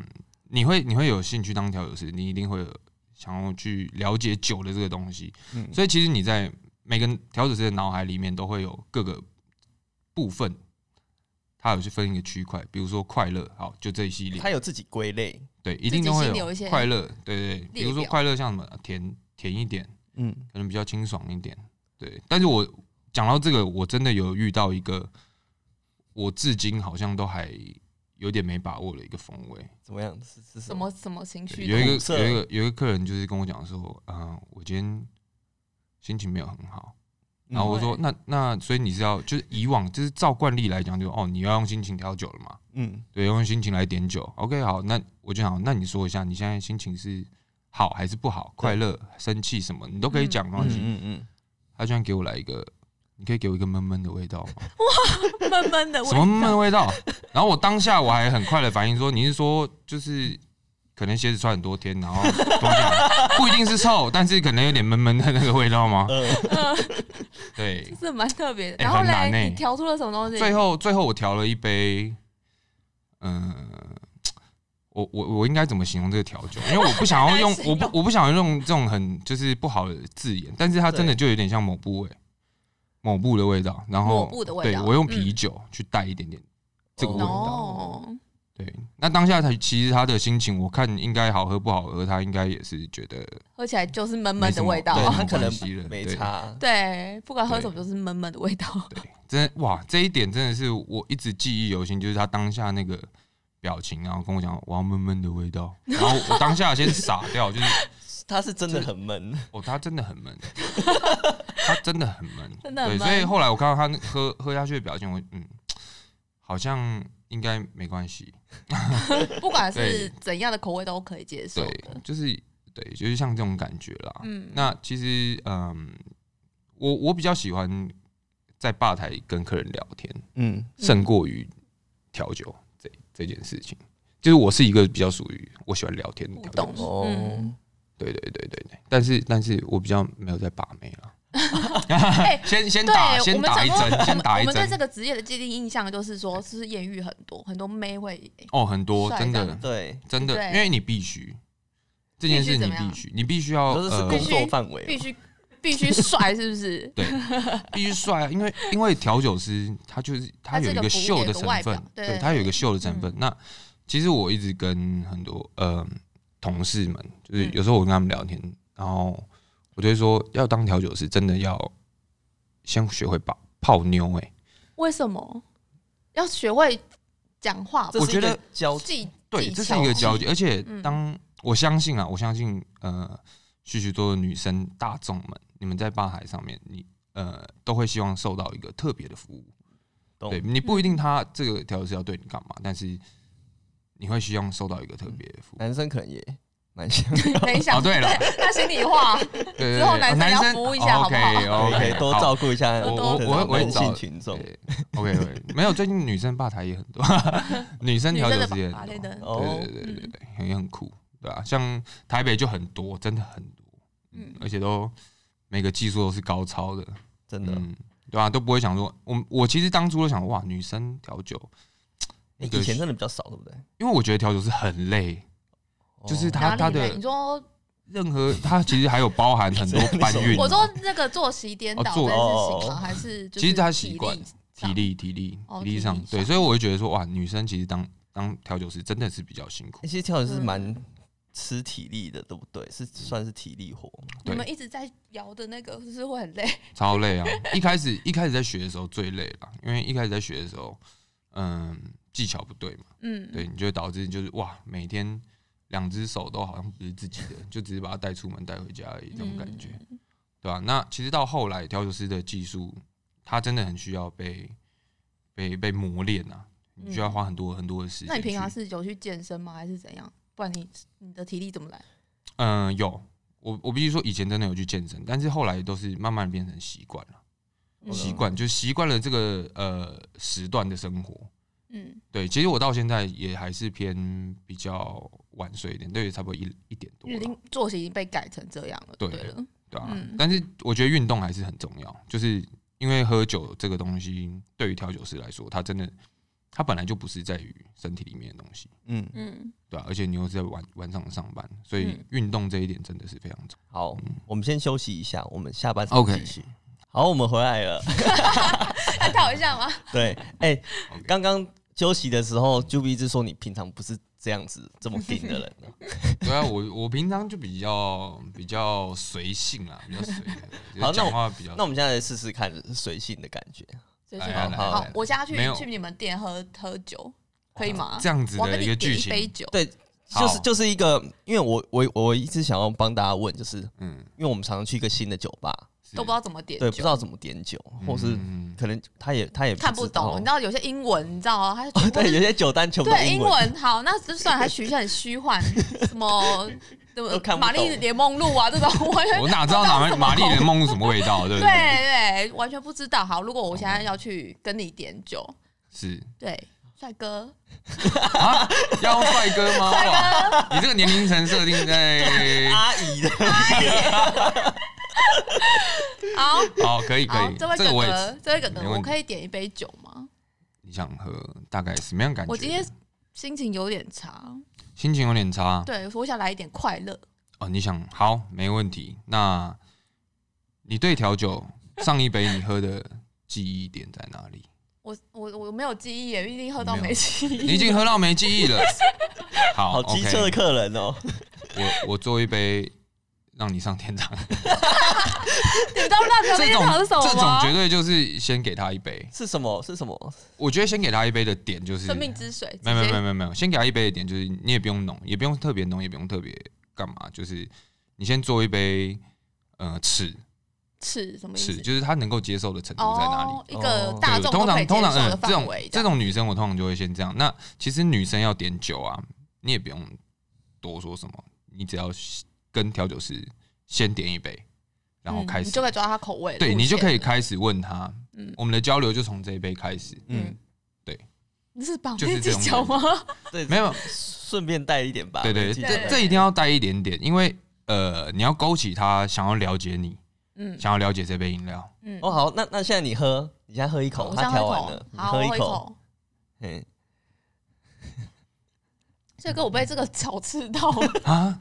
C: 你会你会有兴趣当调酒师，你一定会有想要去了解酒的这个东西，
A: 嗯
C: 所以其实你在每个调酒师的脑海里面都会有各个部分，它有去分一个区块，比如说快乐，好，就这一系列，
A: 嗯他有自己归类，
C: 对，一定都会
B: 自己心里有一些
C: 快乐，对对对，
B: 列
C: 比如说
B: 表
C: 快乐像什么甜甜一点，
A: 嗯，
C: 可能比较清爽一点，对。但是我讲到这个，我真的有遇到一个我至今好像都还有点没把握的一个风味。
A: 怎么样？是是
B: 什？么什么情绪
C: 有一
B: 的？
C: 个
A: 苦涩
C: 有一个有一个客人就是跟我讲说，嗯、我今天心情没有很好。然啊后我
A: 嗯
C: 说，那那所以你是要就是以往就是照惯例来讲，就哦你要用心情调酒了嘛，
A: 嗯，
C: 对，用心情来点酒。OK，好，那我就想，那你说一下，你现在心情是好还是不好？快乐、生气什么，你都可以讲没关
A: 嗯
C: 系。
A: 嗯嗯，
C: 他居然给我来一个，你可以给我一个闷闷的味 道吗？
B: 闷闷的味
C: 什么闷闷
B: 道，
C: 的味道？然后我当下我还很快的反应说，你是说就是可能鞋子穿很多天，然后东西好 不一定是臭，但是可能有点闷闷的那个味道吗？对，
B: 是蛮特别的。
C: 哎
B: 然后
C: 很
B: 嘞，
C: 难欸
B: 你调出了什么东西？
C: 最后最后我调了一杯，嗯、我我我应该怎么形容这个调酒？因为我不想要用
B: 很难，形
C: 我
B: 容
C: 不我不想要用这种很就是不好的字眼，但是它真的
A: 对
C: 就有点像抹布味，抹布的味道，然
B: 抹
C: 后
B: 布的味道嗯
C: 对我用啤酒去带一点点这个味道。
B: 哦，
C: 对，那当下他其实他的心情，我看应该好喝不好喝，他应该也是觉得
B: 喝起来就是闷闷的味道
C: 没。
A: 对
C: 什么
A: 他可
C: 没关系了
A: 能没
C: 对
A: 差，
B: 对，不管喝什么都是闷闷的味道。
C: 真的哇，这一点真的是我一直记忆犹新，就是他当下那个表情，然后跟我讲我要闷闷的味道，然后我当下先傻掉，就是
A: 他是真的很闷，
C: 哦，他真的很闷，他真的很闷，
B: 真的很
C: 对，
B: 闷
C: 所以后来我看到他那喝喝下去的表情，我嗯，好像应该没关系，
B: 不管是怎样的口味都可以接受
C: 对
B: 的。，
C: 就是对，就是像这种感觉啦。
B: 嗯，
C: 那其实嗯，我我比较喜欢在吧台跟客人聊天，
A: 嗯，
C: 胜过于调酒这这件事情。就是我是一个比较属于我喜欢聊天的
B: 互
C: 调酒
B: 动
C: 师，
A: 哦，
B: 嗯
C: 对对对对对。但是但是我比较没有在把妹了。
B: 哎
C: 先先
B: 对
C: 打，
B: 我
C: 先
B: 们
C: 打一
B: 整个
C: 针，先打
B: 我
C: 一
B: 们对这
C: 针。
B: 个职业的既定印象就是说，是不是艳遇很多，很多妹会
C: 哦，很多
B: 帅
C: 真
B: 这
C: 的
B: 样
A: 对，
C: 真的
B: 对，
C: 因为你必须这件事
B: 必须
C: 你
B: 怎么样
C: 必须你必须要
A: 都是是
C: 呃
A: 工作范围
B: 必
A: 嘛，
B: 须必须帅，是不是？
C: 必须帅啊，因为因为调酒师他就是
B: 他
C: 他
B: 是
C: 有一
B: 个
C: 个
B: 服务
C: 秀
B: 业
C: 的
B: 的
C: 成
B: 外
C: 分
B: 表，对
C: 对
B: 对
C: 他有一
B: 对嗯
C: 个秀的成分。那其实我一直跟很多呃同事们，就是
B: 嗯
C: 有时候我跟他们聊天，然后我就会说要当调酒师，真的要先学会泡泡妞、欸。哎，
B: 为什么要学会讲话？
A: 这
C: 我
A: 是一
C: 觉
A: 个
C: 得
A: 交
B: 技
C: 对，
B: 技
C: 这是
B: 巧
C: 一个
B: 技
C: 交集，而且
B: 嗯
C: 当、我相信啊，我相信呃，许许多多的女生大众们，你们在吧台上面，你呃都会希望受到一个特别的服务。
A: 懂
C: 对你不一定他这个调酒师要对你干嘛，但是你会希望受到一个特别的服务。
A: 男生可能也 蛮像
B: 没想
C: 哦对了，
B: 那心里话，
C: 对对
B: 嗯之后
C: 对
B: 男生
C: 男
B: 要
C: 生
B: 服务一下好不好
C: o k
A: 多照顾一下
B: 我
A: 我
B: 我
A: 们
C: 哦我
A: 的
C: 我
A: 男
C: 找
A: 性群众。
C: 对 OK OK，没有，最近女生吧台也很 多，女生
B: 女
C: 调
B: 生
C: 酒
B: 的
C: 师也
B: 吧嗯
C: 很
B: 类
C: 多。
B: 的，
A: 哦
C: 对对对对对，很很酷，对啊，像台北就很多，真的很多，嗯
B: 嗯，
C: 而且都每个技术都是高超的，
A: 真的，
C: 嗯，对啊，都不会想说，我我其实当初都想，哇，女生调酒，
A: 欸
C: 那个
A: 以前真的比较少，对不对？
C: 因为我觉得调酒是很累，就是
A: 哦
C: 他
B: 哪
C: 他
B: 里
C: 的
B: 嘞？你说
C: 任何它其实还有包含 很多搬运，啊
B: 我说那个作息颠倒
C: 哦
B: 这
C: 作
B: 件事情
A: 哦
B: 吗？还是就是
C: 其实他
B: 体
C: 习
B: 力
C: 惯体力体力
B: 哦
C: 体力
B: 体
C: 上
B: 力，
C: 对，
B: 上
C: 所以我就觉得说，哇，女生其实当当调酒师真的是比较辛 苦
A: 欸，其实跳的是
B: 嗯
A: 蛮吃体力的，对不对？是算是体力活。
B: 你
C: 对
B: 们一直在摇的那个，就是会很累。
C: 超累啊！一开始一开始在学的时候最累了，因为一开始在学的时候，嗯，技巧不对嘛，
B: 嗯，
C: 对，你就会导致就是哇，每天两只手都好像不是自己的， 就只是把它带出门带回家而已，这种感
B: 嗯
C: 觉，对吧、那其实到后来调酒师的技术，它真的很需要被被被磨练啊，你需要
B: 嗯
C: 花很多很多的时间去。
B: 那你平常是有去健身吗？还是怎样？不然你你的体力怎么来？
C: 嗯、有我我必须说以前真的有去健身，但是后来都是慢慢变成习惯了，
B: 嗯
C: 习惯就习惯了这个呃时段的生活。
B: 嗯，
C: 对，其实我到现在也还是偏比较晚睡一点，对，差不多一一点多
B: 已
C: 了，
B: 经作息已经被改成这样了。对
C: 啊对
B: 了，
C: 对啊。
B: 嗯
C: 但是我觉得运动还是很重要，就是因为喝酒这个东西对于调酒师来说，它真的它本来就不是在于身体里面的东西，
A: 嗯，
B: 嗯，
C: 对、啊、而且你又是在晚晚上上班，所以
B: 嗯
C: 运动这一点真的是非常重
A: 好，我们先休息一下，我们下半场
C: 嗯 OK
A: 继
B: 嗯
A: 续。好，我们回来 了。
B: 探讨一下吗？
A: 对，哎、
C: 要。
A: 刚刚休息的时候，Juby 一直说你平常不是这样子这么顶的人 呢。
C: 对啊，我我平常就比较比较随性啦，比 较随，就是
A: 好那我
C: 讲话比较哎
A: 那我们现在来试试看随性的感觉。
B: 所以是
C: 来来
A: 来
B: 好
A: 来，
B: 我现在去
C: 没有哦
B: 去你们店喝喝酒，可以吗？
C: 这样子
B: 我要跟
C: 的
B: 你
C: 一个
B: 点
C: 剧
B: 一杯
C: 情，
B: 酒。
A: 对，就
C: 好
A: 是就是一个，因为我我我一直想要帮大家问，就是
C: 嗯，
A: 因为我们常常去一个新的酒吧，
C: 是
B: 都不知道怎么点
A: 对，不知
B: 酒，
A: 道怎么点酒，或是
C: 嗯
A: 可能他也他也
B: 看不懂。你知
A: 道
B: 道有些英文，你知道吗？它
A: 哦
B: 全部
A: 对，
B: 是
A: 有些酒单全部都
B: 对英
A: 文，
B: 文好，那就算了它取一些很虚 幻，什么
A: 都看不
B: 玛丽
A: 懂
B: 莲梦露啊这种， 我 也
C: 嗯我哪知道哪
B: 不知道
C: 位
B: 怎么
C: 玛丽莲梦是什么味道，对
B: 对
C: 不对？
B: 对，完全不知道。好，如果我现
C: 哦
B: 在要去跟你点酒，
C: 是
B: 对，帅哥，
C: 啊，要帅哥 吗？哇，你这个年龄层设定在
A: 阿姨的，
B: 好，
C: 好，可以可
B: 好，
C: 以，
B: 哦这位
C: 这
B: 哥
C: 个我也
B: 哥，这位哥
C: 没
B: 哥，
C: 问
B: 我
C: 题
B: 可以点一杯酒吗？
C: 你想喝，大概什么样的感觉？
B: 我今天心情有点差，
C: 心情有点差
B: 对，我想来一点快乐。
C: 哦，你想好，没问题。那你对调酒上一杯你喝的记忆点在哪里？
B: 我我我没有记忆耶，毕竟喝到
C: 没有
B: 没记忆。
C: 你已经喝到没记忆了。好，
A: 好机车的
C: o
A: 客人哦。
C: k 我我做一杯让你上天堂。
B: 你知道辣条
C: 这
B: 天
C: 种
B: 堂是什么啊
C: 这种
B: 吗？
C: 绝对就是先给他一杯。
A: 是什么？是什么？
C: 我觉得先给他一杯的点就是，
B: 生命
C: 没
B: 之水，直
C: 有没有
B: 接
C: 没有没有没有，先给他一杯的点就是你也不用浓，也不用特别浓，也不用特别干嘛，就是你先做一杯。呃，尺
B: 吃什么意
C: 尺
B: 思？
C: 就是他能够接受的程度在哪里？
B: 哦，一个
A: 哦
B: 大
C: 对
B: 众
C: 通
B: 都可
C: 常
B: 以接
C: 通
B: 受
C: 常
B: 的
C: 嗯，这
B: 范
C: 种
B: 围。
C: 这种女生我通常就会先这样。那其实女生要点酒啊，你也不用多说什么，你只要跟调酒师先点一杯，然后
B: 嗯
C: 开
B: 你
C: 始，
B: 就可以抓他口味，
C: 对
B: 路
C: 你就可以
B: 线
C: 开始问他，
B: 嗯
C: 我们的交流就从这一杯开始。
A: 嗯，
B: 你是绑
C: 就是
B: 定技
C: 这种
B: 巧吗？
A: 对，
C: 没有，
A: 顺便带一点吧。
C: 对对，
A: 年纪
B: 啊对
A: 大
C: 这这一定要带一点点，因为呃，你要勾起他想要了解你，
B: 嗯
C: 想要了解这杯饮料。
B: 嗯，
A: 哦，好，那那现在你喝，你先喝一
B: 好
A: 口，
B: 我
A: 他
B: 先喝一
A: 调完了
B: 口，，
A: 你
B: 好，我
A: 喝一
B: 喝一
A: 口。
B: 口。
A: 嗯，
B: 这个我被这个 草刺到，我
C: 啊，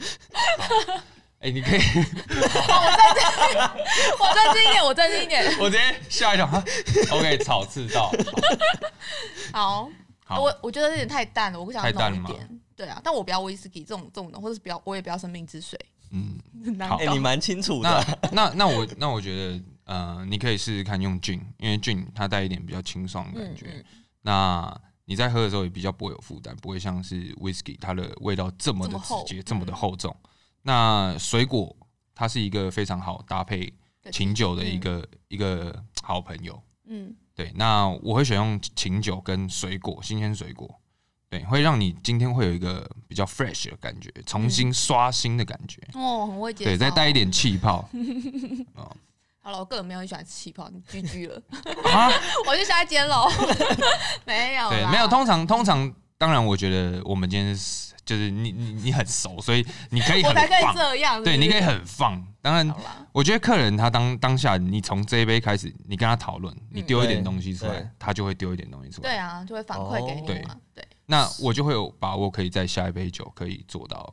C: 哎、你可以，
B: 镇静一点，我镇静一点。
C: 我直接吓一跳。啊 OK，草刺到，
B: 好，
C: 好，
B: 我我觉得有点太淡了，我不想
C: 太
B: 要
C: 淡
B: 浓一
C: 了吗
B: 点。对啊，但我不要威士忌这种这种的，或者是不要，我也不要生命之水。
C: 嗯，
B: 很难
C: 好
B: 搞。
A: 哎、你蛮清楚的
C: 那。那那我那我觉得，呃，你可以试试看用菌，因为菌它带一点比较清爽的感觉。
B: 嗯
C: 那你在喝的时候也比较不会有负担，不会像是 whisky 它的味道这么的直接，
B: 这
C: 这
B: 么厚
C: 么的厚重。那水果它是一个非常好搭配琴酒的一个、一个好朋友。
B: 嗯，
C: 对，那我会选用琴酒跟水果，新鲜水果，对，会让你今天会有一个比较 fresh 的感觉，重新刷新的感觉，
B: 哦，很会介绍。
C: 对，再带一点气泡哦
B: 好了，我个人没有很喜欢吃气泡，你居居了，
C: 啊，
B: 我去下一间喽。 没有啦，
C: 对，没有，通常通常，当然，我觉得我们今天是就是你你你很熟，所以你可以
B: 我
C: 很
B: 才可以
C: 放，
B: 这样。
C: 对，
B: 是不
C: 你
B: 是
C: 可以很放，当然
B: 好啦，
C: 我觉得客人他当当下，你从这一杯开始，你跟他讨论，你丢一点东西出来，
A: 对
C: 他就会丢一点东西出
B: 嗯
C: 来。
B: 对啊，就会反馈
C: 哦
B: 给你嘛。对，
C: 那我就会有把握，可以在下一杯酒可以做到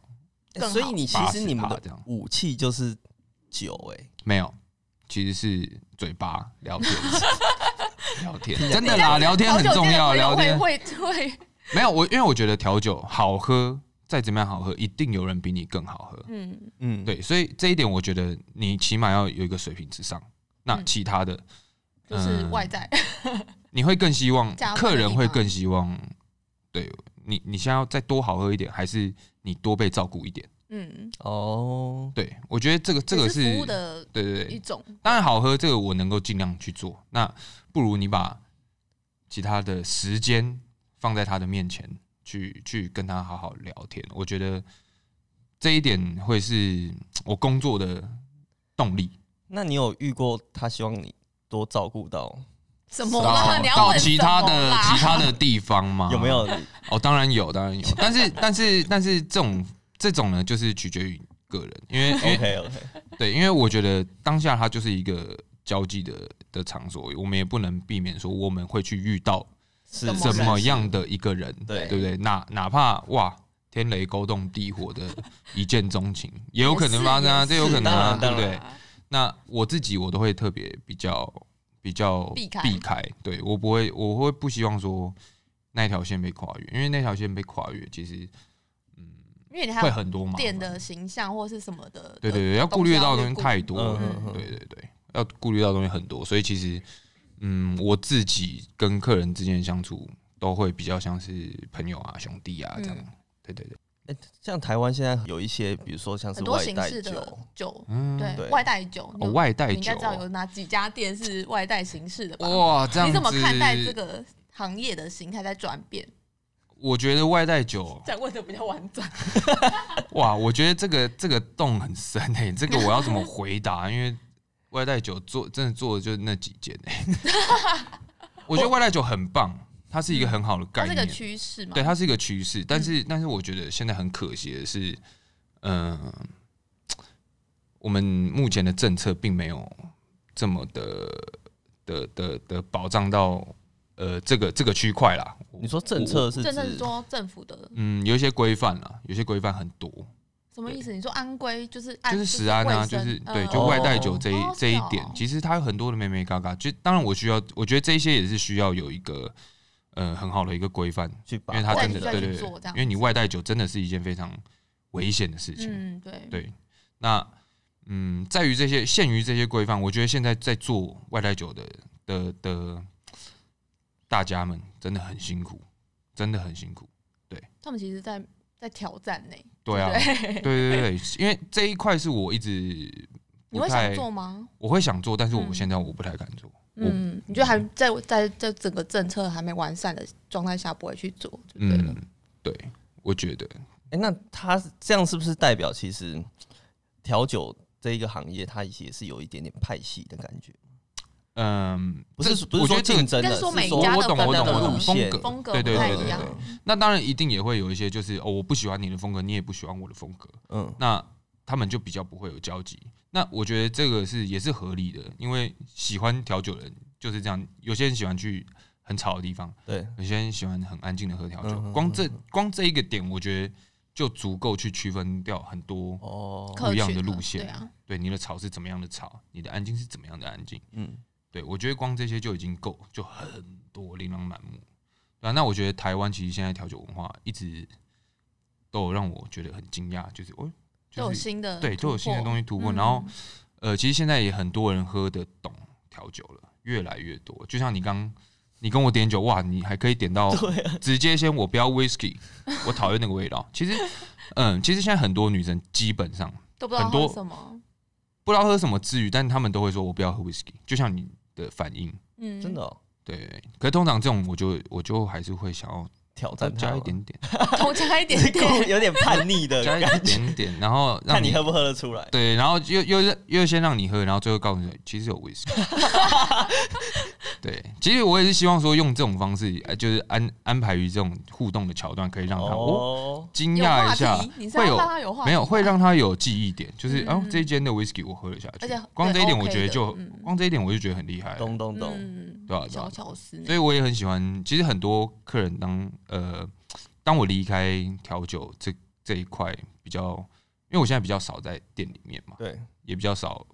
A: 欸
B: 更
A: 所以
B: 好
A: 你其实
C: 80%
A: 你们的
C: 这样
A: 武器就是酒、欸，
C: 没有，其实是嘴巴聊 天，聊天真的
B: 这样
C: 啦，聊天很重要，聊
B: 调酒界的朋友
C: 天
B: 会会会，
C: 没有我，因为我觉得调酒好喝，再怎么样好喝，一定有人比你更好喝。
B: 嗯
A: 哎，嗯，，
C: 对，所以这一点我觉得你起码要有一个水平之上。那
B: 嗯
C: 其他的，
B: 就是
C: 嗯
B: 外在。
C: 你会更希望
B: 加分的
C: 客人
B: 地
C: 会
B: 方
C: 更希望，对你，你现在要再多好喝一点，还是你多被照顾一点？
B: 嗯，
A: 哦，
C: 对我觉得这个 这个
B: 也
C: 是
B: 服务的
C: 对对
B: 一
C: 对，
B: 种。
C: 当然好喝这个我能够尽量去做。那不如你把其他的时间放在他的面前，去去跟他好好聊天。我觉得这一点会是我工作的动力。
A: 那你有遇过他希望你多照顾到
B: 什么啦？
C: 到
B: 哦你要
C: 啊到
B: 问
C: 其
B: 什
C: 他
B: 么
C: 的
B: 啦
C: 其他的地方 吗？
A: 有没？有你？
C: 哦，当然有，当然有。但是 但是但是这种这种呢，就是取决于个人，因为因为
A: OK OK，
C: 对，因为我觉得当下它就是一个交际的的场所，我们也不能避免说我们会去遇到
A: 是
B: 怎
C: 怎么
A: 是
C: 样的一个人，
A: 对
C: 对不对？哪哪怕哇。天雷勾动地火的一见钟情，也有可能发生啊，
B: 也 是
C: 这有可能啊，
A: 也是
C: 对
A: 当
C: 不
A: 然
C: 对？那我自己我都会特别比较比较
B: 避开
C: 对我不会，我会不希望说那条线被跨越，因为那条线被跨越，其实
B: 因为你还
C: 会
B: 有
C: 很多麻
B: 店
C: 烦。
B: 的形象或是什么的。
C: 对对
B: 的
C: 对，要顾虑到的东西太多了，
A: 嗯嗯嗯
C: 对对对，要顾虑到的东西很多，所以其实，嗯，我自己跟客人之间的相处都会比较像是朋友啊、兄弟啊这样。
B: 嗯
C: 对对对，
A: 像台湾现在有一些，比如说像是
B: 很多
A: 外
B: 形
A: 带
B: 式的哦
A: 酒，
B: 酒，
C: 嗯，
A: 对
B: 对外带酒，你
C: 哦，
B: 有
C: 外带
B: 你应
C: 酒哦
B: 该知道有哪几家店是外带形式的吧？
C: 哇，这样
B: 你
C: 子
B: 怎么看待这？个行业的形态在转变？
C: 我觉得外带酒
B: 这样问的比较婉转。
C: 哇，我觉得这个这个洞很深诶、 这个我要怎么回答？ 因为外带酒做真的做的就是那几件 诶、我觉得外带酒很棒，它是一个很好的概
B: 嗯它是个
C: 念，
B: 趋势嘛？嗯
C: 对，它是一个趋势。但是但是我觉得现在很可惜的是，嗯、我们目前的政策并没有这么的的的的保障到呃这个这个区块啦。
A: 你说政策是
B: 政策是
A: 指
B: 说政府的
C: 嗯，有一些规范啦，有些规范很多，
B: 什么意思？你说安规就是安
C: 就是食安啊，
B: 卫
C: 就
B: 生
C: 是对，
B: 嗯
C: 就外带酒这一、
B: 哦
C: 这一
B: 是哦
C: 点，其实它有很多的美美嘎嘎。就当然我需要，我觉得这些也是需要有一个呃很好的一个规范，
A: 去
C: 因
A: 把
C: 为它
B: 关
C: 真的
B: 再
C: 对
B: 去
C: 对对
B: 做这，样
C: 因为你外带酒真的是一件非常危险的事情。
B: 嗯对
C: 对，那嗯，在于这些限于这些规范，我觉得现在在做外带酒的的的大家们真的很辛苦，真的很辛苦。
B: 他们其实在在挑战呢。
C: 对啊，
B: 对
C: 对对对，因为这一块是我一直
B: 你
C: 不
B: 会
C: 太
B: 想做吗？
C: 我会想做，但是我
B: 嗯
C: 现在我不太敢做。
B: 嗯，你觉得还在在在整个政策还没完善的状态下，不会去做，就对了
C: 嗯。，对，我觉得
A: 哎、那他是这样是不是代表其实调酒这一个行业，它也是有一点点派系的感觉？
C: 嗯，
A: 不是
C: 这
A: 不
C: 我
A: 是
C: 觉
A: 说
C: 得这
A: 竞
C: 个，
A: 争
B: 应
A: 的，
B: 该是说每
A: 是
B: 家的
C: 我懂
B: 风
C: 我懂
B: 格
C: 我懂
A: 路线
C: 格
B: 风格
C: 对对
B: 不太
C: 对
B: 一
C: 对
B: 样
C: 对。那当然一定也会有一些，就是哦，我不喜欢你的风格，你也不喜欢我的风格，
A: 嗯，
C: 那他们就比较不会有交集。那我觉得这个是也是合理的，因为喜欢调酒的人就是这样，有些人喜欢去很吵的地方，
A: 对，
C: 有些人喜欢很安静的喝调酒
A: 嗯。嗯
C: 光这光这一个点，我觉得就足够去区分掉很多
A: 哦，
B: 客
C: 不一样
B: 群
C: 的
B: 了
C: 路线
B: 对啊，
C: 对你的吵是怎么样的吵，你的安静是怎么样的安静。
A: 嗯，
C: 对我觉得光这些就已经够，就很多琳琅满目。对啊，那我觉得台湾其实现在调酒文化一直都有让我觉得很惊讶，就是哦，
B: 就有
C: 就是
B: 新的嗯
C: 对，就有新的东
B: 西
C: 西突破。然后呃，其实现在也很多人喝得懂调酒了，越来越多。就像你刚，你跟我点酒，哇，你还可以点到
A: 对啊，
C: 直接先我不要 whisky，我讨厌那个味道。其实，嗯，其实现在很多女生基本上
B: 都不知道
C: 很多
B: 喝什么，
C: 不知道喝什么之余，但她们都会说我不要喝 whisky，就像你的反应。
B: 嗯，
A: 真 的、哦、
C: 对，可是通常这种我就我就还是会想要
A: 挑
C: 再
A: 战它
C: 加一
A: 吗，
C: 点点，
B: 多加一点 点，
A: 有点叛逆的
C: 加
A: 感
C: 一
A: 觉，
C: 点 点，然后让
A: 看你喝不喝得出来。
C: 对，然后又又又先让你喝，然后最后告诉你其实有 whisky。对，其实我也是希望说用这种方式，呃就是安安排于这种互动的桥段，可以让他哦
A: 哦，
C: 惊
B: 有
C: 讶
B: 话
C: 一下
B: 题，，你是
C: 会
B: 要
C: 有
B: 让他有话题，
C: 没有会让他有记忆点，就是
B: 嗯
C: 哦
B: 嗯
C: 这一间的 whisky 我喝了下去
B: 而且，
C: 光这一点
B: 对
C: 我觉
B: OK
C: 得
B: 的
C: 就
B: 嗯
C: 光这一点我就觉得很厉害了，
A: 懂懂懂，
B: 嗯，
C: 对吧？对吧
B: 小巧思呢，
C: 所以我也很喜欢。其实很多客人当呃，当我离开调酒这这一块比较，因为我现在比较少在店里面嘛，
A: 对，
C: 也比较少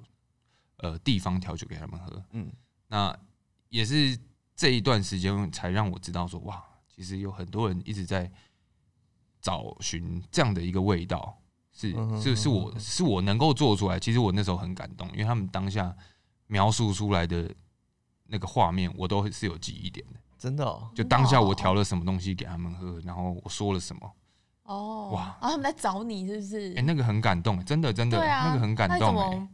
C: 呃地方调酒给他们喝。
A: 嗯，
C: 那也是这一段时间才让我知道说，哇，其实有很多人一直在找寻这样的一个味道，是
A: 嗯哼
C: 是是
A: 嗯哼
C: 我是我能够做出来。其实我那时候很感动，因为他们当下描述出来的那个画面，我都是有记忆点的。
A: 真的、哦，
C: 就当下我
B: 啊
C: 调了什么东西给他们喝，然后我说了什么，
B: 哦，
C: 哇
B: 然后他们在找你是不是？
C: 哎、那个很感动，真的真的，
B: 对啊，
C: 那个很感
B: 那你怎
C: 动、
B: 么
C: 哎。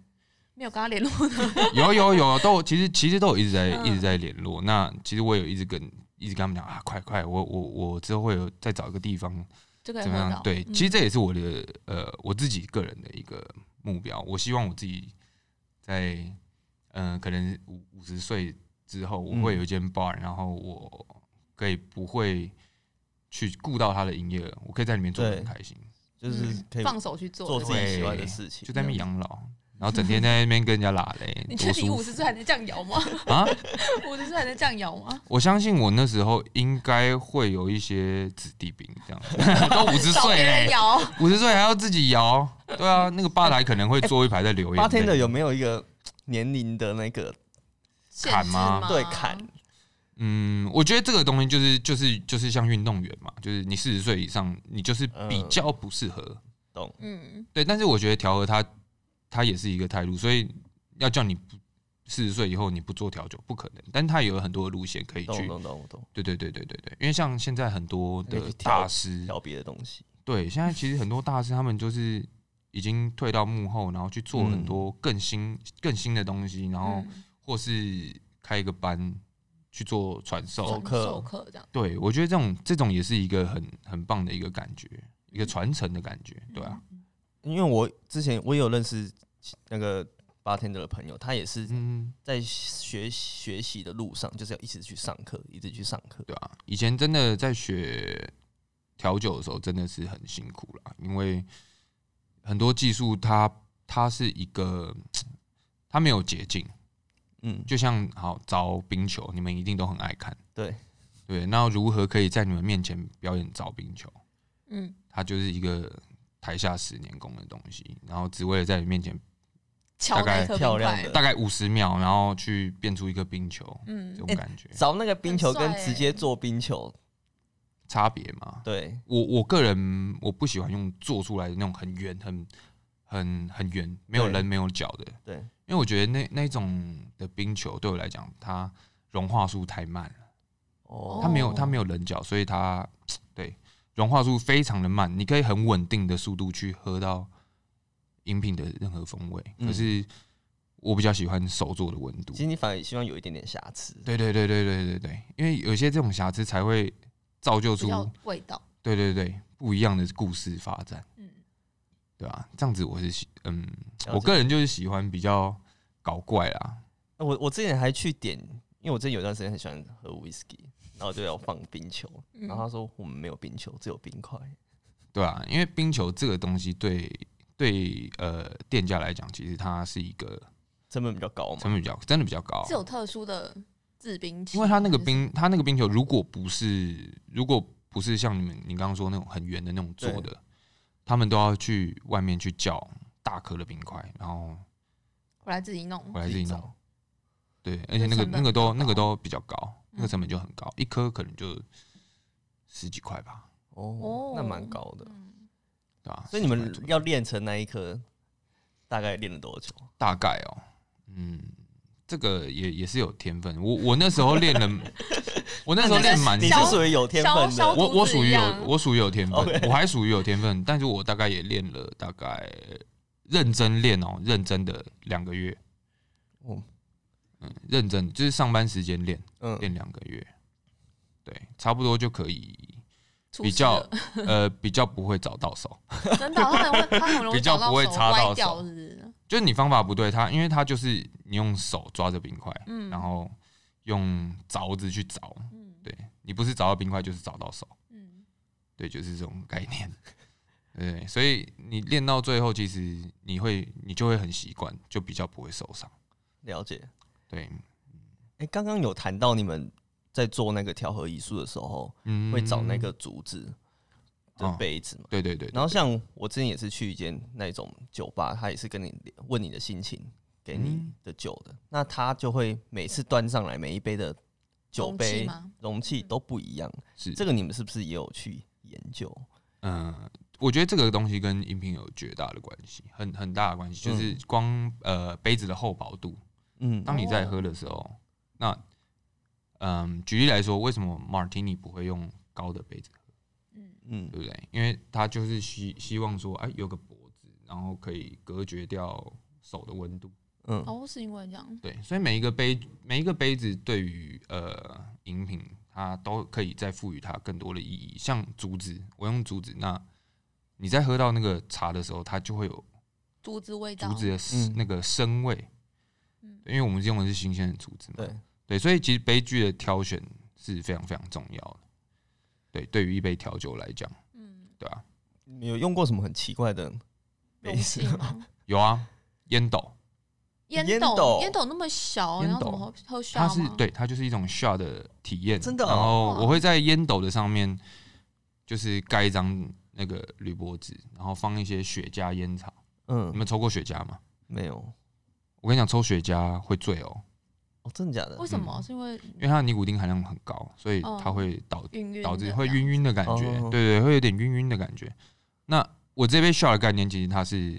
B: 没有跟他联络呢？
C: 有有有，都其实其实都有一直在
B: 嗯
C: 一直在联络。那其实我有一直跟一直跟他们讲啊，快快，我我我之后会有再找一个地方
B: 就可以
C: 怎
B: 喝
C: 么
B: 到
C: 样？。对，
B: 嗯
C: 其实这也是我的呃我自己个人的一个目标。我希望我自己在嗯、呃可能五五十岁之后，我
A: 嗯
C: 会有一间 bar，、然后我可以不会去顾到他的营业额，我可以在里面做的很
A: 对
C: 开心，
A: 就是
B: 嗯
A: 可以
B: 放手去做
A: 做
B: 对
A: 自
B: 不对
A: 己喜欢的事情，
C: 就在那边养老。然后整天在那边跟人家拉嘞，
B: 你
C: 多
B: 确定
C: 舒
B: 五
C: 服
B: 十岁还能这样摇吗？
C: 啊！
B: 五十岁还能这样摇 吗？
C: 我相信我那时候应该会有一些子弟兵这样，都五十
B: 找
C: 岁
B: 别人
C: 嘞，
B: 摇，
C: 五十岁还要自己摇，对啊，那个吧台可能会坐一排在留
A: 八
C: 言
A: 天的
C: 泪。
A: 有没有一个年龄的那个
B: 限
C: 砍
B: 制
C: 吗
A: 对砍？
C: 嗯，我觉得这个东西就是就是就是像运动员嘛，就是你四十岁以上，你就是
A: 呃
C: 比较不适合。
A: 懂？
B: 嗯，
C: 对，但是我觉得调和它，它也是一个态度，所以要叫你四十岁以后你不做调酒不可能，但它也有很多的路线可以
A: 懂
C: 去。
A: 懂懂懂，
C: 对对对对对对，因为像现在很多
A: 可以
C: 的
A: 去调
C: 大师，
A: 聊别的东西，
C: 对，现在其实很多大师他们就是已经退到幕后，然后去做
A: 嗯
C: 很多更新、更新的东西，然后
B: 嗯
C: 或是开一个班去做传
A: 授
C: 授。
A: 课
B: 授课这样。
C: 对，我觉得这种这种也是一个很很棒的一个感觉，一个传承的感觉，对啊，
A: 因为我之前我也有认识那个八天的朋友，他也是
C: 嗯，
A: 在学学习的路上，就是要一直去上课，一直去上课。
C: 对啊，以前真的在学调酒的时候，真的是很辛苦啦，因为很多技术它它是一个它没有捷径，
A: 嗯，
C: 就像好凿冰球，你们一定都很爱看。
A: 对
C: 对，那如何可以在你们面前表演凿冰球？
B: 嗯，
C: 它就是一个台下十年功的东西，然后只为了在你面前
B: 敲
C: 大概
B: 那颗冰
A: 漂亮
B: 块
A: 的
C: 大概五十秒，然后去变出一个冰球，这
B: 嗯
C: 种感觉、
A: 找那个冰球跟
B: 很帅欸
A: 直接做冰球，
C: 差别嘛。
A: 对，
C: 我我个人我不喜欢用做出来的那种很圆、很很很圆、没有
A: 对
C: 人没有脚的，
A: 对，
C: 因为我觉得那那种的冰球对我来讲，它融化速太慢了。
A: 哦
C: 它没有它没
A: 有，
C: 有棱角，所以它对融化速非常的慢，你可以很稳定的速度去喝到饮品的任何风味。
A: 嗯
C: 可是我比较喜欢手做的温度
A: 其。实你反而希望有一点点瑕疵，
C: 对对对对对对对，因为有些这种瑕疵才会造就
B: 比
C: 出
B: 较味道。
C: 对对对不一样的故事发展，
B: 嗯，
C: 对吧、这样子我是喜嗯，
A: 了解
C: 我个人就是喜欢比较搞怪啦。
A: 呃我我之前还去点，因为我之前有段时间很喜欢喝 whisky，然后就要放冰球，
B: 嗯
A: 然后他说我们没有冰球，只有冰块。
C: 对啊，因为冰球这个东西对对呃店家来讲，其实它是一个
A: 成本比较高嘛
C: 成，本比较真的比较高，
B: 是有特殊的制冰器，
C: 因为它那个
B: 还是
C: 冰，它那个冰球如果不是如果不是像你们你刚刚说那种很圆的那种做的，他们都要去外面去叫大颗的冰块，然后
B: 回来自己弄，
C: 回来自己弄。
A: 找。
C: 对，而且那个
B: 成本
C: 那
B: 比
C: 个
B: 较
C: 都
B: 高
C: 那个都比较高，那个
B: 嗯
C: 成本就很高，一颗可能就十几块吧。
A: 哦
B: 哦，
A: 那蛮高的。
B: 嗯
C: 对吧？
A: 所以你
C: 10块
A: 们
C: 左右
A: 要练成那一刻，大概练了多久？
C: 大概哦，嗯，这个也也是有天分。我我那时候练 了，我那时候练蛮
A: 你
C: 久
A: 是
C: 的。
A: 属于有天
B: 消
A: 分
B: 消
A: 的，
C: 我我
B: 竹子
C: 属于
B: 一
C: 有
B: 样
C: 我属于有天分
A: OK
C: 我还属于有天分，但是我大概也练了大概认真练哦，认真的两个月，
A: 哦
C: 嗯，认真就是上班时间练
A: 嗯，
C: 练两个月，对，差不多就可以，
B: 出
C: 比
B: 事
C: 较
B: 了
C: 呃比较不会找到手，
B: 真的，他很会，他很容易
C: 比较
B: 找到
C: 不会
B: 手
C: 插到
B: 歪掉
C: 手
B: 是不是
C: 就是你方法不对，它因为它就是你用手抓着冰块，
B: 嗯，
C: 然后用凿子去凿，
B: 嗯
C: 对你不是找到冰块就是找到手，
B: 嗯
C: 对，就是这种概念。对，所以你练到最后，其实你会你就会很习惯，就比较不会受伤。
A: 了解。
C: 对，
A: 哎，刚刚有谈到你们在做那个调和艺术的时候，
C: 嗯
A: 会找那个竹子的
C: 哦
A: 杯子嘛？
C: 对对对，
A: 然后像我之前也是去一间那种酒吧，他也是跟你问你的心情，给你
C: 嗯
A: 的酒的，那他就会每次端上来每一杯的酒
B: 容器
A: 杯
B: 吗嗯
A: 容器都不一样，
C: 是
A: 这个你们是不是也有去研究？
C: 嗯、我觉得这个东西跟饮品有绝大的关系，很很大的关系，就是光、呃杯子的厚薄度。
A: 嗯
C: 当你在
B: 哦
C: 喝的时候，那嗯、举例来说，为什么 martini 不会用高的杯子？
B: 嗯
A: 嗯
C: 对不对？因为他就是希希望说，哎，有个脖子，然后可以隔绝掉手的温度。
A: 嗯
B: 哦，是因为这样，
C: 对，所以每一个杯每一个杯子对于呃饮品，它都可以再赋予它更多的意义。像竹子，我用竹子，那你在喝到那个茶的时候，它就会有
B: 竹子味道，
C: 竹子的
A: 嗯
C: 那个生味。
B: 嗯
C: 因为我们用的是新鲜的竹子嘛。
A: 对，
C: 对，所以其实杯具的挑选是非常非常重要的。对，对于一杯调酒来讲，
B: 嗯，
C: 对啊吧、
A: 你有用过什么很奇怪的杯
B: 容
A: 子
B: 器
A: 吗？
B: 吗？
C: 有啊，烟斗。
B: 烟
A: 烟
B: 斗
A: 斗，
B: 烟斗那么小，
C: 烟
B: 你要怎
C: 斗
B: 么喝喝需
C: 它
B: 要
C: 是
B: 吗？
C: 对，它就是一种 shot 的体验。
A: 真的哦
C: 然后
B: 哇
C: 我会在烟斗的上面，就是盖一张那个铝箔纸，然后放一些雪茄烟草。你
A: 嗯，
C: 们抽过雪茄吗？
A: 没有
C: 我跟你讲，抽雪茄会醉哦，
A: 哦，真的假的
B: 为？
C: 嗯
B: 什么？是因为
C: 因为它的尼古丁含量很高，所以
B: 哦
C: 它会导
B: 晕晕
C: 导致
B: 的
C: 会
B: 这样
C: 晕晕的感觉。
A: 哦
C: 对对，会有点晕晕的感觉。那我这杯 shot 的概念其实它是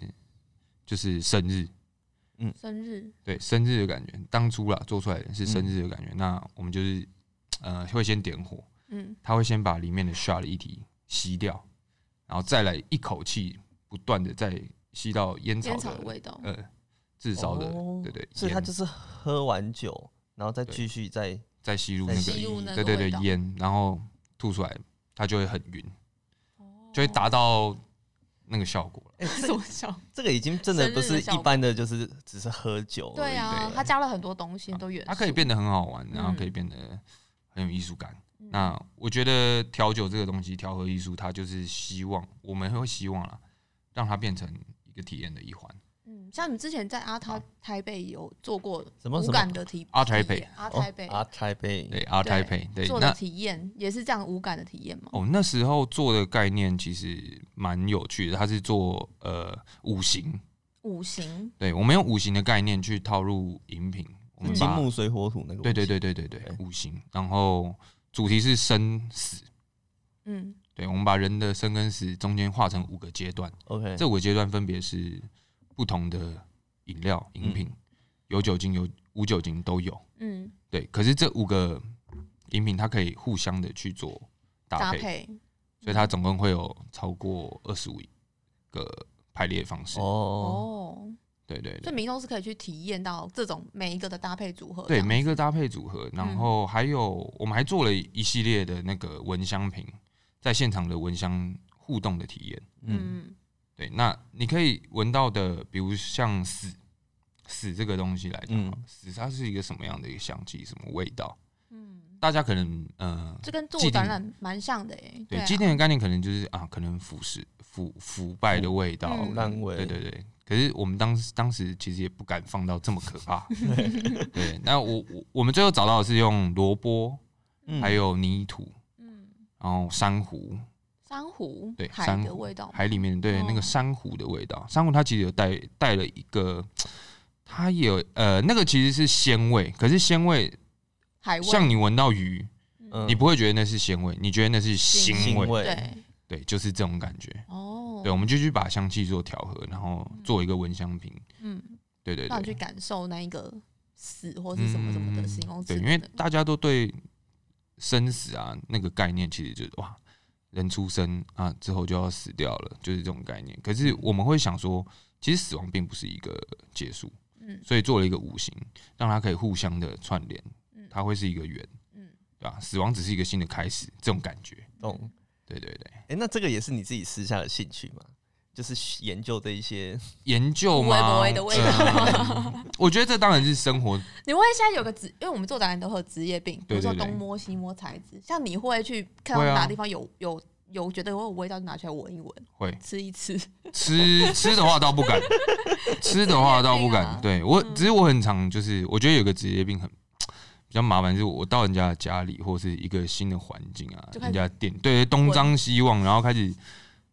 C: 就是生日，
B: 生日，
C: 对生日的感觉。当初啦做出来的是生日的感觉。那我们就是呃会先点火，
B: 嗯
C: 他会先把里面的 shot 的液体吸掉，然后再来一口气不断的再吸到烟草
B: 烟
C: 的
B: 草的味道，
C: 呃炙烧的，
A: 哦
C: 对对，
A: 所以他
C: 烟
A: 就是喝完酒，然后再
C: 对
A: 继续再
C: 再吸入
A: 再
C: 那
A: 吸
C: 个
A: 入
B: 那个
C: 对对
B: 味
C: 对
B: 道
C: 烟，然后吐出来，它就会很匀，
B: 哦
C: 就会达到那个效果了。
A: 哎、这
B: 什
A: 个
B: 么效？
A: 这个已经真的
B: 生日
A: 不
B: 的
A: 是
B: 效
A: 一
B: 果
A: 般的，就是只是喝酒而已。哦
B: 对啊，
C: 对啊
B: 它加了很多东西，很多元素，
C: 它可以变得很好玩，然后
B: 嗯
C: 可以变得很有艺术感。
B: 嗯
C: 那我觉得调酒这个东西，调和艺术，它就是希望我们会希望啦，让它变成一个体验的一环。
B: 嗯，像你之前在
C: 啊
B: 阿涛台北有做过
A: 什么什
B: 无
A: 么
B: 感的体
C: 阿台
B: 体验
C: 北
B: 阿
A: 哦
B: 台北
A: 阿台北，
C: 对，阿
B: 对
C: 台北对，
B: 做
C: 那
B: 的体验也是这样无感的体验吗？
C: 哦，那时候做的概念其实蛮有趣的，它是做呃五行，
B: 五行
C: 对我们用五行的概念去套入饮品，我
A: 是
C: 们
A: 金
C: 把
A: 木水火土那个。
C: 嗯对对，对对对对
A: 对
C: 五行，然后主题是生死，
B: 嗯，
C: 对我们把人的生跟死中间划成五个阶段，
A: OK，
C: 这五个阶段分别是不同的饮料饮品，有酒精有无酒精都有，
B: 嗯，
C: 对，可是这五个饮品它可以互相的去做
B: 搭
C: 搭配，
B: 配，嗯
C: 所以它总共会有超过二十五个排列方式。
A: 哦，
B: 哦，
C: 对对
B: 所
C: 对
B: 以，民众是可以去体验到这种每一个的搭配组合这
C: 对
B: 样，
C: 每一个搭配组合，然
B: 嗯
C: 后还有我们还做了一系列的那个蚊香瓶，在现场的蚊香互动的体验。
A: 嗯，
B: 嗯
C: 对，那你可以闻到的，比如像死死这个东西来讲，
A: 嗯
C: 死它是一个什么样的一个香气，什么味道？
B: 嗯，
C: 大家可能呃，
B: 这跟做
C: 祭奠
B: 展览蛮像的耶，
C: 对
B: 啊
C: 今天的概念可能就是啊，可能腐蚀腐腐败的味道，
B: 嗯
A: 烂尾，
C: 对对对。可是我们当时当时其实也不敢放到这么可 怕，对。那我我我们最后找到的是用萝卜，
A: 嗯，
C: 还有泥土，
B: 嗯，
C: 然后珊瑚，
B: 珊瑚
C: 对珊
B: 海的
C: 瑚
B: 味道，
C: 海里面对
B: 哦
C: 那个珊瑚的味道。珊瑚它其实有带带了一个，它也有呃那个其实是鲜味，可是鲜味
B: 海味，
C: 像你闻到鱼，
A: 嗯
C: 呃你不会觉得那是鲜味，你觉得那是腥
A: 腥
C: 味。
A: 味，
B: 对，
C: 对，就是这种感觉。
B: 哦，
C: 对，我们就去把香气做调和，然后做一个蚊香瓶。
B: 嗯，
C: 对对
B: 让你去
C: 对，
B: 感受那一个死或是什么什么的
C: 嗯
B: 形容词
C: 对，
B: 等
C: 因
B: 等，
C: 为大家都对生死啊那个概念，其实就是哇，人出生啊之后就要死掉了，就是这种概念。可是我们会想说，其实死亡并不是一个结束，
B: 嗯
C: 所以做了一个五行，让它可以互相的串联
B: 嗯，
C: 它会是一个圆，
B: 嗯
C: 对吧？死亡只是一个新的开始，这种感觉。
A: 懂？
C: 对对对，
A: 哎、那这个也是你自己私下的兴趣吗？就是研究这一些，
C: 研究
B: 无微不
C: 吗？
B: 微的味道
C: 呃 我觉得这当然是生活
B: 你会现在有个职，因为我们做展览都会有职业病，比
C: 对
B: 如说
C: 对对
B: 东摸西摸材质，像你会去看到
C: 会啊
B: 哪地方有有有觉得会有味道，就拿出来闻一闻，
C: 会
B: 吃一吃。
C: 吃 吃的话倒不敢，吃的话倒不
B: 职业 病啊
C: 敢。对我，只是我很常就是，我觉得有个职业病很比较麻烦，是我到人家的家里或是一个新的环境啊
B: 就，开
C: 人
B: 始
C: 家的店对东张西望，然后开始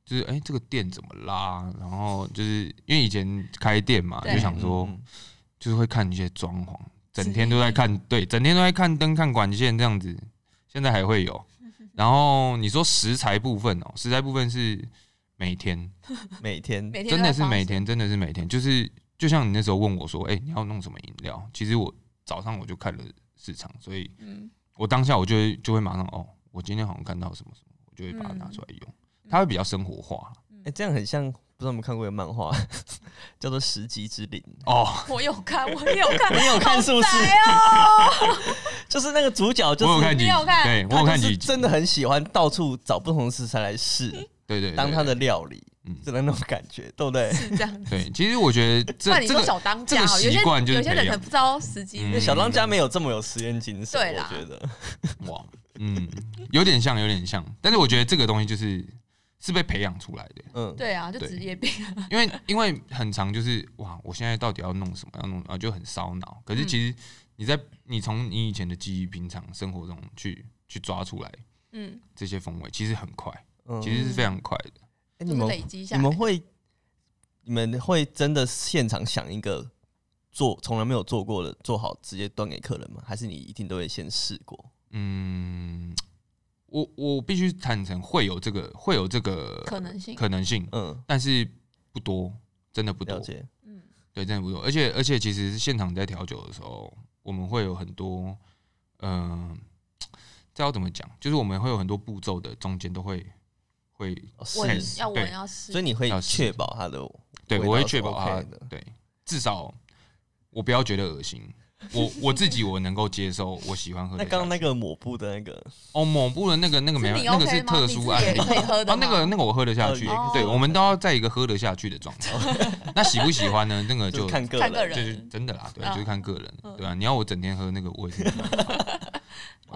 C: 就是哎、这个店怎么啦？然后就是因为以前开店嘛，
B: 对
C: 就想说
A: 嗯
C: 就是会看一些装潢，
B: 之
C: 整天都在看，对，整天都在看灯、看管线这样子。现在还 会有，然后你说食材部分哦、食材部分是每天。
A: 每天
B: 每天
C: 真
B: 都在
C: 的是每
B: 发生，
C: 天，真的是每天，就是就像你那时候问我说，哎、你要弄什么饮料？其实我早上我就看了市场，所以
B: 嗯，
C: 我当下我就会就会马上哦，我今天好像看到什么什么，我就会把它拿出来用，
B: 嗯
C: 它会比较生活化
A: 哎、这样很像，不知道有没有看过一个漫画，叫做《十级之灵》。
B: 嗯
C: 哦。
B: 我有看，我有看，
A: 你有看是不是
B: 好宅哦，
A: 就是那个主角，就
C: 我有
A: 是
C: 看
B: 嗯
C: 几
B: 你
C: 集
B: 有，看
C: 对我有
A: 他
C: 看
A: 就是
C: 几集，
A: 真的很喜欢到处找不同的食材来试，
C: 对对对，
A: 当他的料理，
C: 嗯
A: 就那种感觉，对不对？
B: 是这样。
C: 对。其实我觉得
B: 那
C: 这
B: 你
C: 这
B: 说
C: 个
B: 小当
C: 这
B: 家
C: 个
B: 哦，有些
C: 习惯就是嗯
B: 有些人
C: 培
B: 可
C: 养
B: 能不知道时机，
A: 因为小当家没有这么有实验精神，
B: 对
A: 我
B: 啦
A: 觉得
C: 哇，嗯，有点像，有点像，但是我觉得这个东西就是是被培养出来的。
A: 嗯，
B: 对啊，就
C: 对
B: 职业病。
C: 因为因为很长就是哇，我现在到底要弄什么？要弄啊，就很烧脑。可
B: 嗯
C: 是其实你在你从你以前的记忆、平常生活中去去抓出来
B: 嗯，
C: 这些风味，其实很快，
A: 嗯
C: 其实是非常快的。
A: 哎
B: 就
A: 你
B: 是
A: 们
B: 累积下
A: 你
B: 来。
A: 们会你们会真的现场想一个做从来没有做过的做好直接端给客人吗？还是你一定都会先试过？
C: 嗯，我我必须坦诚，会有这个会有这个
B: 可能性，
C: 可能性，
A: 嗯，
C: 但是不多，真的不
A: 了
C: 多，
A: 解，
B: 嗯，
C: 对，真的不多。而且而且，其实现场在调酒的时候，我们会有很多，嗯、这要怎么讲？就是我们会有很多步骤的中间都会会
A: 哦
B: 我
A: 是，
C: 是
B: 要我
C: 对
B: 要试，
A: 所以你会
C: 要试
A: 确保他的
C: 对，
A: 味
C: 我会
A: 道是
C: 确保它
A: OK 的
C: 对，至少我不要觉得恶心。我我自己我能够接受，我喜欢喝
A: 那
C: 的。
A: 刚刚那个抹布的那个，
C: 哦，某部的那个那个没有
B: 是，你
C: 那个
B: OK
C: 是
B: 吗
C: 特殊案
B: 你
C: 例
B: 自己也可以喝的
C: 啊，那个那个我喝得下去
A: 哦，
C: 对，
B: 哦
C: 我们都要在一个喝得下去的状态。 那喜不喜欢呢？那个
A: 就
C: 就是
A: 看个
B: 看个
A: 人，
B: 人
C: 就是真的啦，对，
B: 啊
C: 就是看个人，
B: 嗯
C: 对啊，你要我整天喝那个，我也是没办法，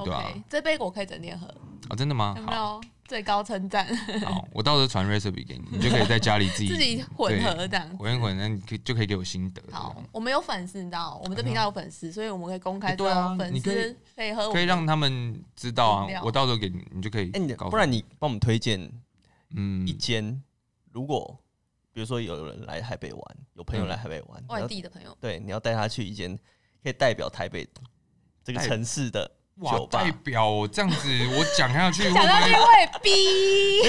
C: 对啊，
B: OK，这杯我可以整天喝，
C: 啊，真的吗
B: 有？没
C: 好，
B: 有最高称赞？
C: 好，我到时候传 recipe 给你，你就可以在家里自 己
B: 自己混合这样子。
C: 对混一混，那你可以就可以给我心得，
B: 好
C: 对啊，
B: 我们有粉丝，你知道，我们这频道有粉丝，所以我们可以公开
C: 欸对啊
B: 说粉
C: 你可以
B: 丝可以喝我们的，
C: 可以让他们知道
B: 饮
C: 啊
B: 料，
C: 我到时候给你，你就可以
A: 哎，你
C: 告诉我，
A: 不然你帮我们推荐
C: 嗯
A: 一，间，如果比如说有人来台北玩，有朋友
C: 嗯
A: 来台北玩，你
B: 外
A: 要
B: 地的朋友。
A: 对，你要带他去一间可以代表台北这个
C: 代
A: 城市的
C: 哇
A: 酒，吧
C: 代。表我这样子，我讲下去会不
B: 讲下去
C: 会？
B: 会逼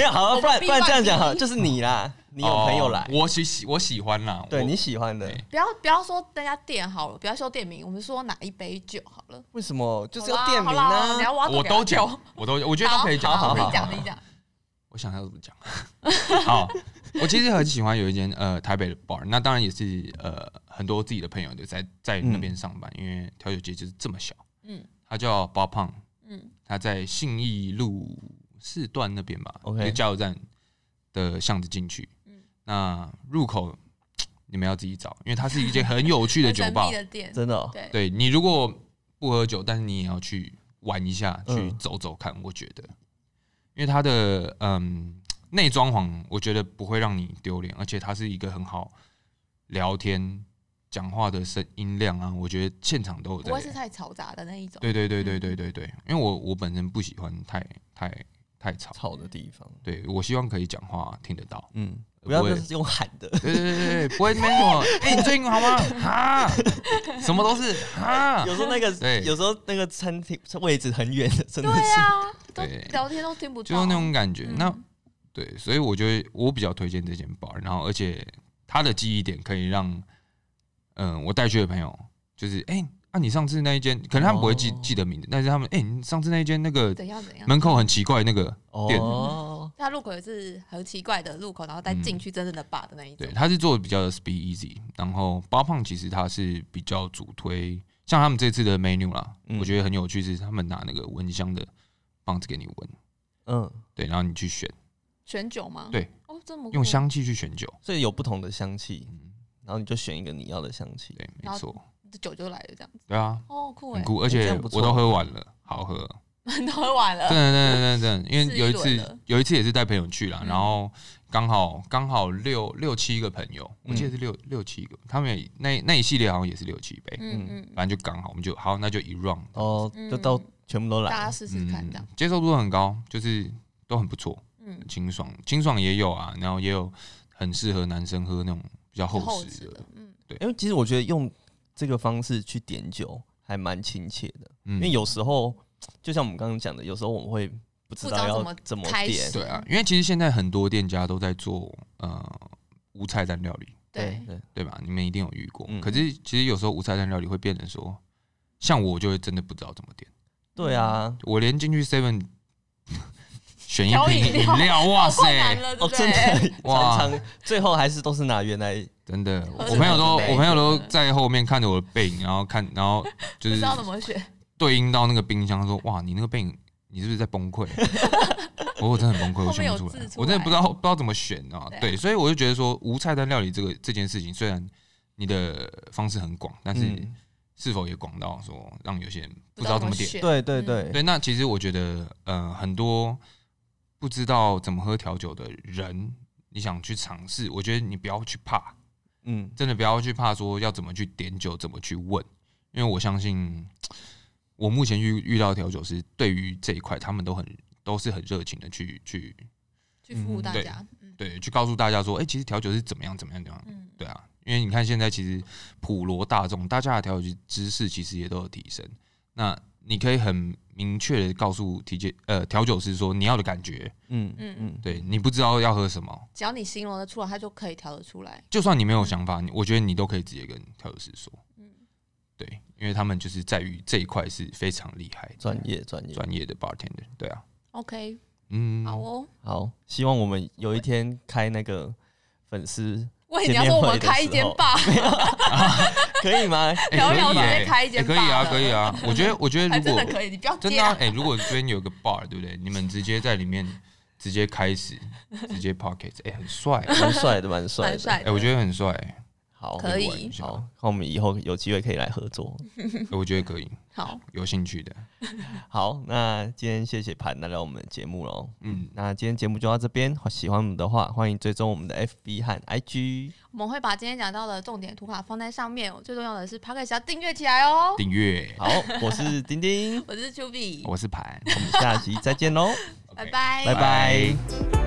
A: 没有，好啊，
B: 我
A: 不然
B: 必
A: 不然这样讲
B: 乱
A: 哈，
B: 逼
A: 就是你啦，你有朋友来，
C: 哦我喜喜我喜欢啦，
A: 对
C: 我
A: 你喜欢的，
C: 对
B: 不要不要说大家店好了，不要说店名，我们说哪一杯酒好了，
A: 为什么就是
B: 好
A: 要店
B: 啦
A: 名啊
B: 好啦等
A: 呢？
B: 下我要
C: 我
B: 怎么
C: 都
B: 给他
C: 讲，我都我觉得都可以
B: 酒
C: 讲，
A: 好好
B: 你
A: 好
B: 讲你讲，
C: 我想要怎么讲？ 好，我其实很喜欢有一间呃台北的 bar，那当然也是呃很多自己的朋友都在在那边上班，因为调酒界就是这么小。
B: 嗯
C: 它叫 Bar 胖，
B: 嗯
C: 它在信义路四段那边吧
A: OK
C: 就加油站的巷子进去。
B: 嗯
C: 那入口你们要自己找，因为它是一间很有趣 的
B: 很
C: 酒
B: 神
C: 吧
B: 秘。的店，
A: 真的哦，
B: 对，
C: 对你如果不喝酒，但是你也要去玩一下，去
A: 嗯
C: 走走看，我觉得，因为它的嗯内装潢，我觉得不会让你丢脸，而且它是一个很好聊天、讲话的声音量啊，我觉得现场都有
B: 不会是嗯
C: 在。
B: 太嘈杂的那一种，
C: 对对对对对对对，因为我我本身不喜欢太太太吵，
A: 吵的地方，
C: 对我希望可以讲话听得到。
A: 嗯，
C: 不
A: 不要
C: 会
A: 就是用喊的，
C: 对对对对，不会没 我，哎、你最近好吗？哈，什么都是哈。
A: 有时候那个
C: 对
A: 有时候那个餐厅位置很远的，真
B: 对
A: 的是
B: 啊，都
C: 对
B: 聊天都听不到，
C: 就是那种感觉。
B: 嗯
C: 那对，所以我觉得我比较推荐这间 bar，然后而且它的记忆点可以让，嗯、我带去的朋友就是，哎、啊，你上次那一间，可能他们不会记、
A: 哦
C: 记得名字，但是他们，哎、你上次那一间那个
B: 怎样怎样？
C: 门口很奇怪那个，店
A: 哦，
B: 它入口也是很奇怪的入口，然后再进去真正的 bar 的那一种
C: 嗯对，。他是做的比较的 speed easy，然后八胖其实他是比较主推，像他们这次的 menu 啦，
A: 嗯
C: 我觉得很有趣是他们拿那个蚊香的棒子给你闻，
A: 嗯，
C: 对，然后你去选，
B: 选酒吗？
C: 对，
B: 哦，这么酷
C: 用，香气去选酒，
A: 所以有不同的香气，
C: 嗯，
A: 然后你就选一个你要的香气。
C: 对，
B: 然
C: 没
B: 后
C: 错，
B: 酒就来了这样子。
C: 对啊，
B: 哦，酷哎
C: 很，酷，而
A: 这
C: 且
A: 样不错
C: 我都喝完了，好喝，
B: 都喝完
C: 真
B: 了，
C: 的真的真的，因
B: 是
C: 为有一
B: 一轮了
C: 次有一次也是带朋友去啦，
B: 嗯
C: 然后刚好刚好六六七个朋友，
B: 嗯
C: 我记得是六六七个，他们也那那一系列好像也是六七杯，
B: 嗯嗯，
C: 反正就刚好，我们就好，那就一 round。嗯
A: 哦
B: 嗯，
A: 就到全部都
B: 大
A: 来
B: 家。试试看这样。
C: 接受度很高，就是都很不错，
B: 嗯
C: 很，清爽，清爽也有啊，然后也有很适合男生喝那种比较厚
B: 后
C: 实
B: 置
C: 的，
B: 的，嗯，
A: 因为其实我觉得用这个方式去点酒还蛮亲切的，
C: 嗯
A: 因为有时候就像我们刚刚讲的，有时候我们会不知道
B: 不
A: 要
B: 知
A: 怎么
B: 开
A: 点
B: 始。
C: 对啊，因为其实现在很多店家都在做呃无菜单料理，
B: 对，
A: 对，
C: 对吧？你们一定有遇过，
A: 嗯
C: 可是其实有时候无菜单料理会变成说，像我就会真的不知道怎么点，
A: 对啊，
C: 我连进去 seven 选一
B: 挑
C: 瓶
B: 饮料
C: 料，哇
B: 困难
C: 塞，
B: 了，对
A: 哦，
B: 不
A: 真
B: 嗯 对？
A: 的，
C: 哇
A: 常常最后还是都是拿原来
C: 真的，
B: 喝
C: 我
B: 着
C: 朋友都
B: 喝着
C: 我朋友都在后面看着我的背影，然后看，然后
B: 不
C: 就是
B: 知道怎么选，
C: 对应到那个冰箱说：“哇，你那个背影，你是不是在崩溃？” 我我真的很崩 溃，我
B: 后面
C: 选不
B: 有
C: 出
B: 字
C: 来，
B: 出
C: 我真的
B: 来
C: 不知道不知道怎么选啊
B: 对啊。
C: 对，所以我就觉得说，无菜单料理这个这件事情，虽然你的方式很广，但是
A: 嗯，
C: 是否也广到说让有些人
B: 不
C: 不
B: 知
C: 知
B: 道
C: 道
B: 怎么
C: 怎么点？
B: 选。
A: 对对对，
C: 对，那其实我觉得，呃，很多不知道怎么喝调酒的人，你想去尝试，我觉得你不要去怕，
A: 嗯，
C: 真的不要去怕说要怎么去点酒，怎么去问，因为我相信我目前遇遇到的调酒师，对于这一块他们都很都是很热情的去去
B: 去服务
A: 嗯
B: 大
C: 对
B: 家，嗯
C: 对去告诉大家说，哎、其实调酒是怎么样怎么样怎么样，
B: 嗯，
C: 对啊，因为你看现在其实普罗大众大家的调酒知识其实也都有提升，那你可以很明确的告诉提酒呃调酒师说你要的感觉，
A: 嗯
B: 嗯
A: 嗯嗯，
C: 对你不知道要喝什么，
B: 只要你形容得出来，他就可以调得出来。
C: 就算你没有想法，你我觉得你都可以直接跟调酒师说。
B: 嗯
C: 对，因为他们就是在于这一块是非常厉害的、
A: 专业专业。
C: 专业的 bartender。对啊，
B: ，OK，
C: 嗯，
B: 好哦。
A: 好，希望我们有一天开那个粉丝
B: 喂，你要说我们开一间 吧，
A: 可以 吗？
C: 哎
B: 聊一
C: 可
B: 聊
C: 以
B: 直接
C: 耶
B: 开一间
C: 哎可以啊，
B: bar
C: 可以啊。我觉得，我觉得
B: 还
C: 如
B: 真
C: 果
B: 的可以，你不要
C: 真
B: 接
C: 的啊
B: 啊。
C: 哎、如果这边有个 bar，对不对？你们直接在里面直接开始，直接 pocket，哎、很帅，哎、
A: 蛮帅的，蛮帅
B: 蛮
A: 的。
B: 帅的，
C: 我觉得很帅、哎
A: 好，
B: 可以嗯
C: 玩一下
A: 好，那我们以后有机会可以来合作。
C: 哎我觉得可以，
B: 好，
C: 有兴趣的，
A: 好，那今天谢谢盘来到我们的节目喽。
C: 嗯，
A: 那今天节目就到这边，喜欢我们的话，欢迎追踪我们的 FB 和 IG。
B: 我们会把今天讲到的重点图卡放在上面。最重要的是 p a c k e 要订阅起来哦。
C: 订阅，
A: 好，我是丁丁，
B: 我是 Q B，
C: 我是盘，
A: 我们下期再见喽，
B: 拜
C: ，OK，
A: 拜
B: 拜
A: 拜。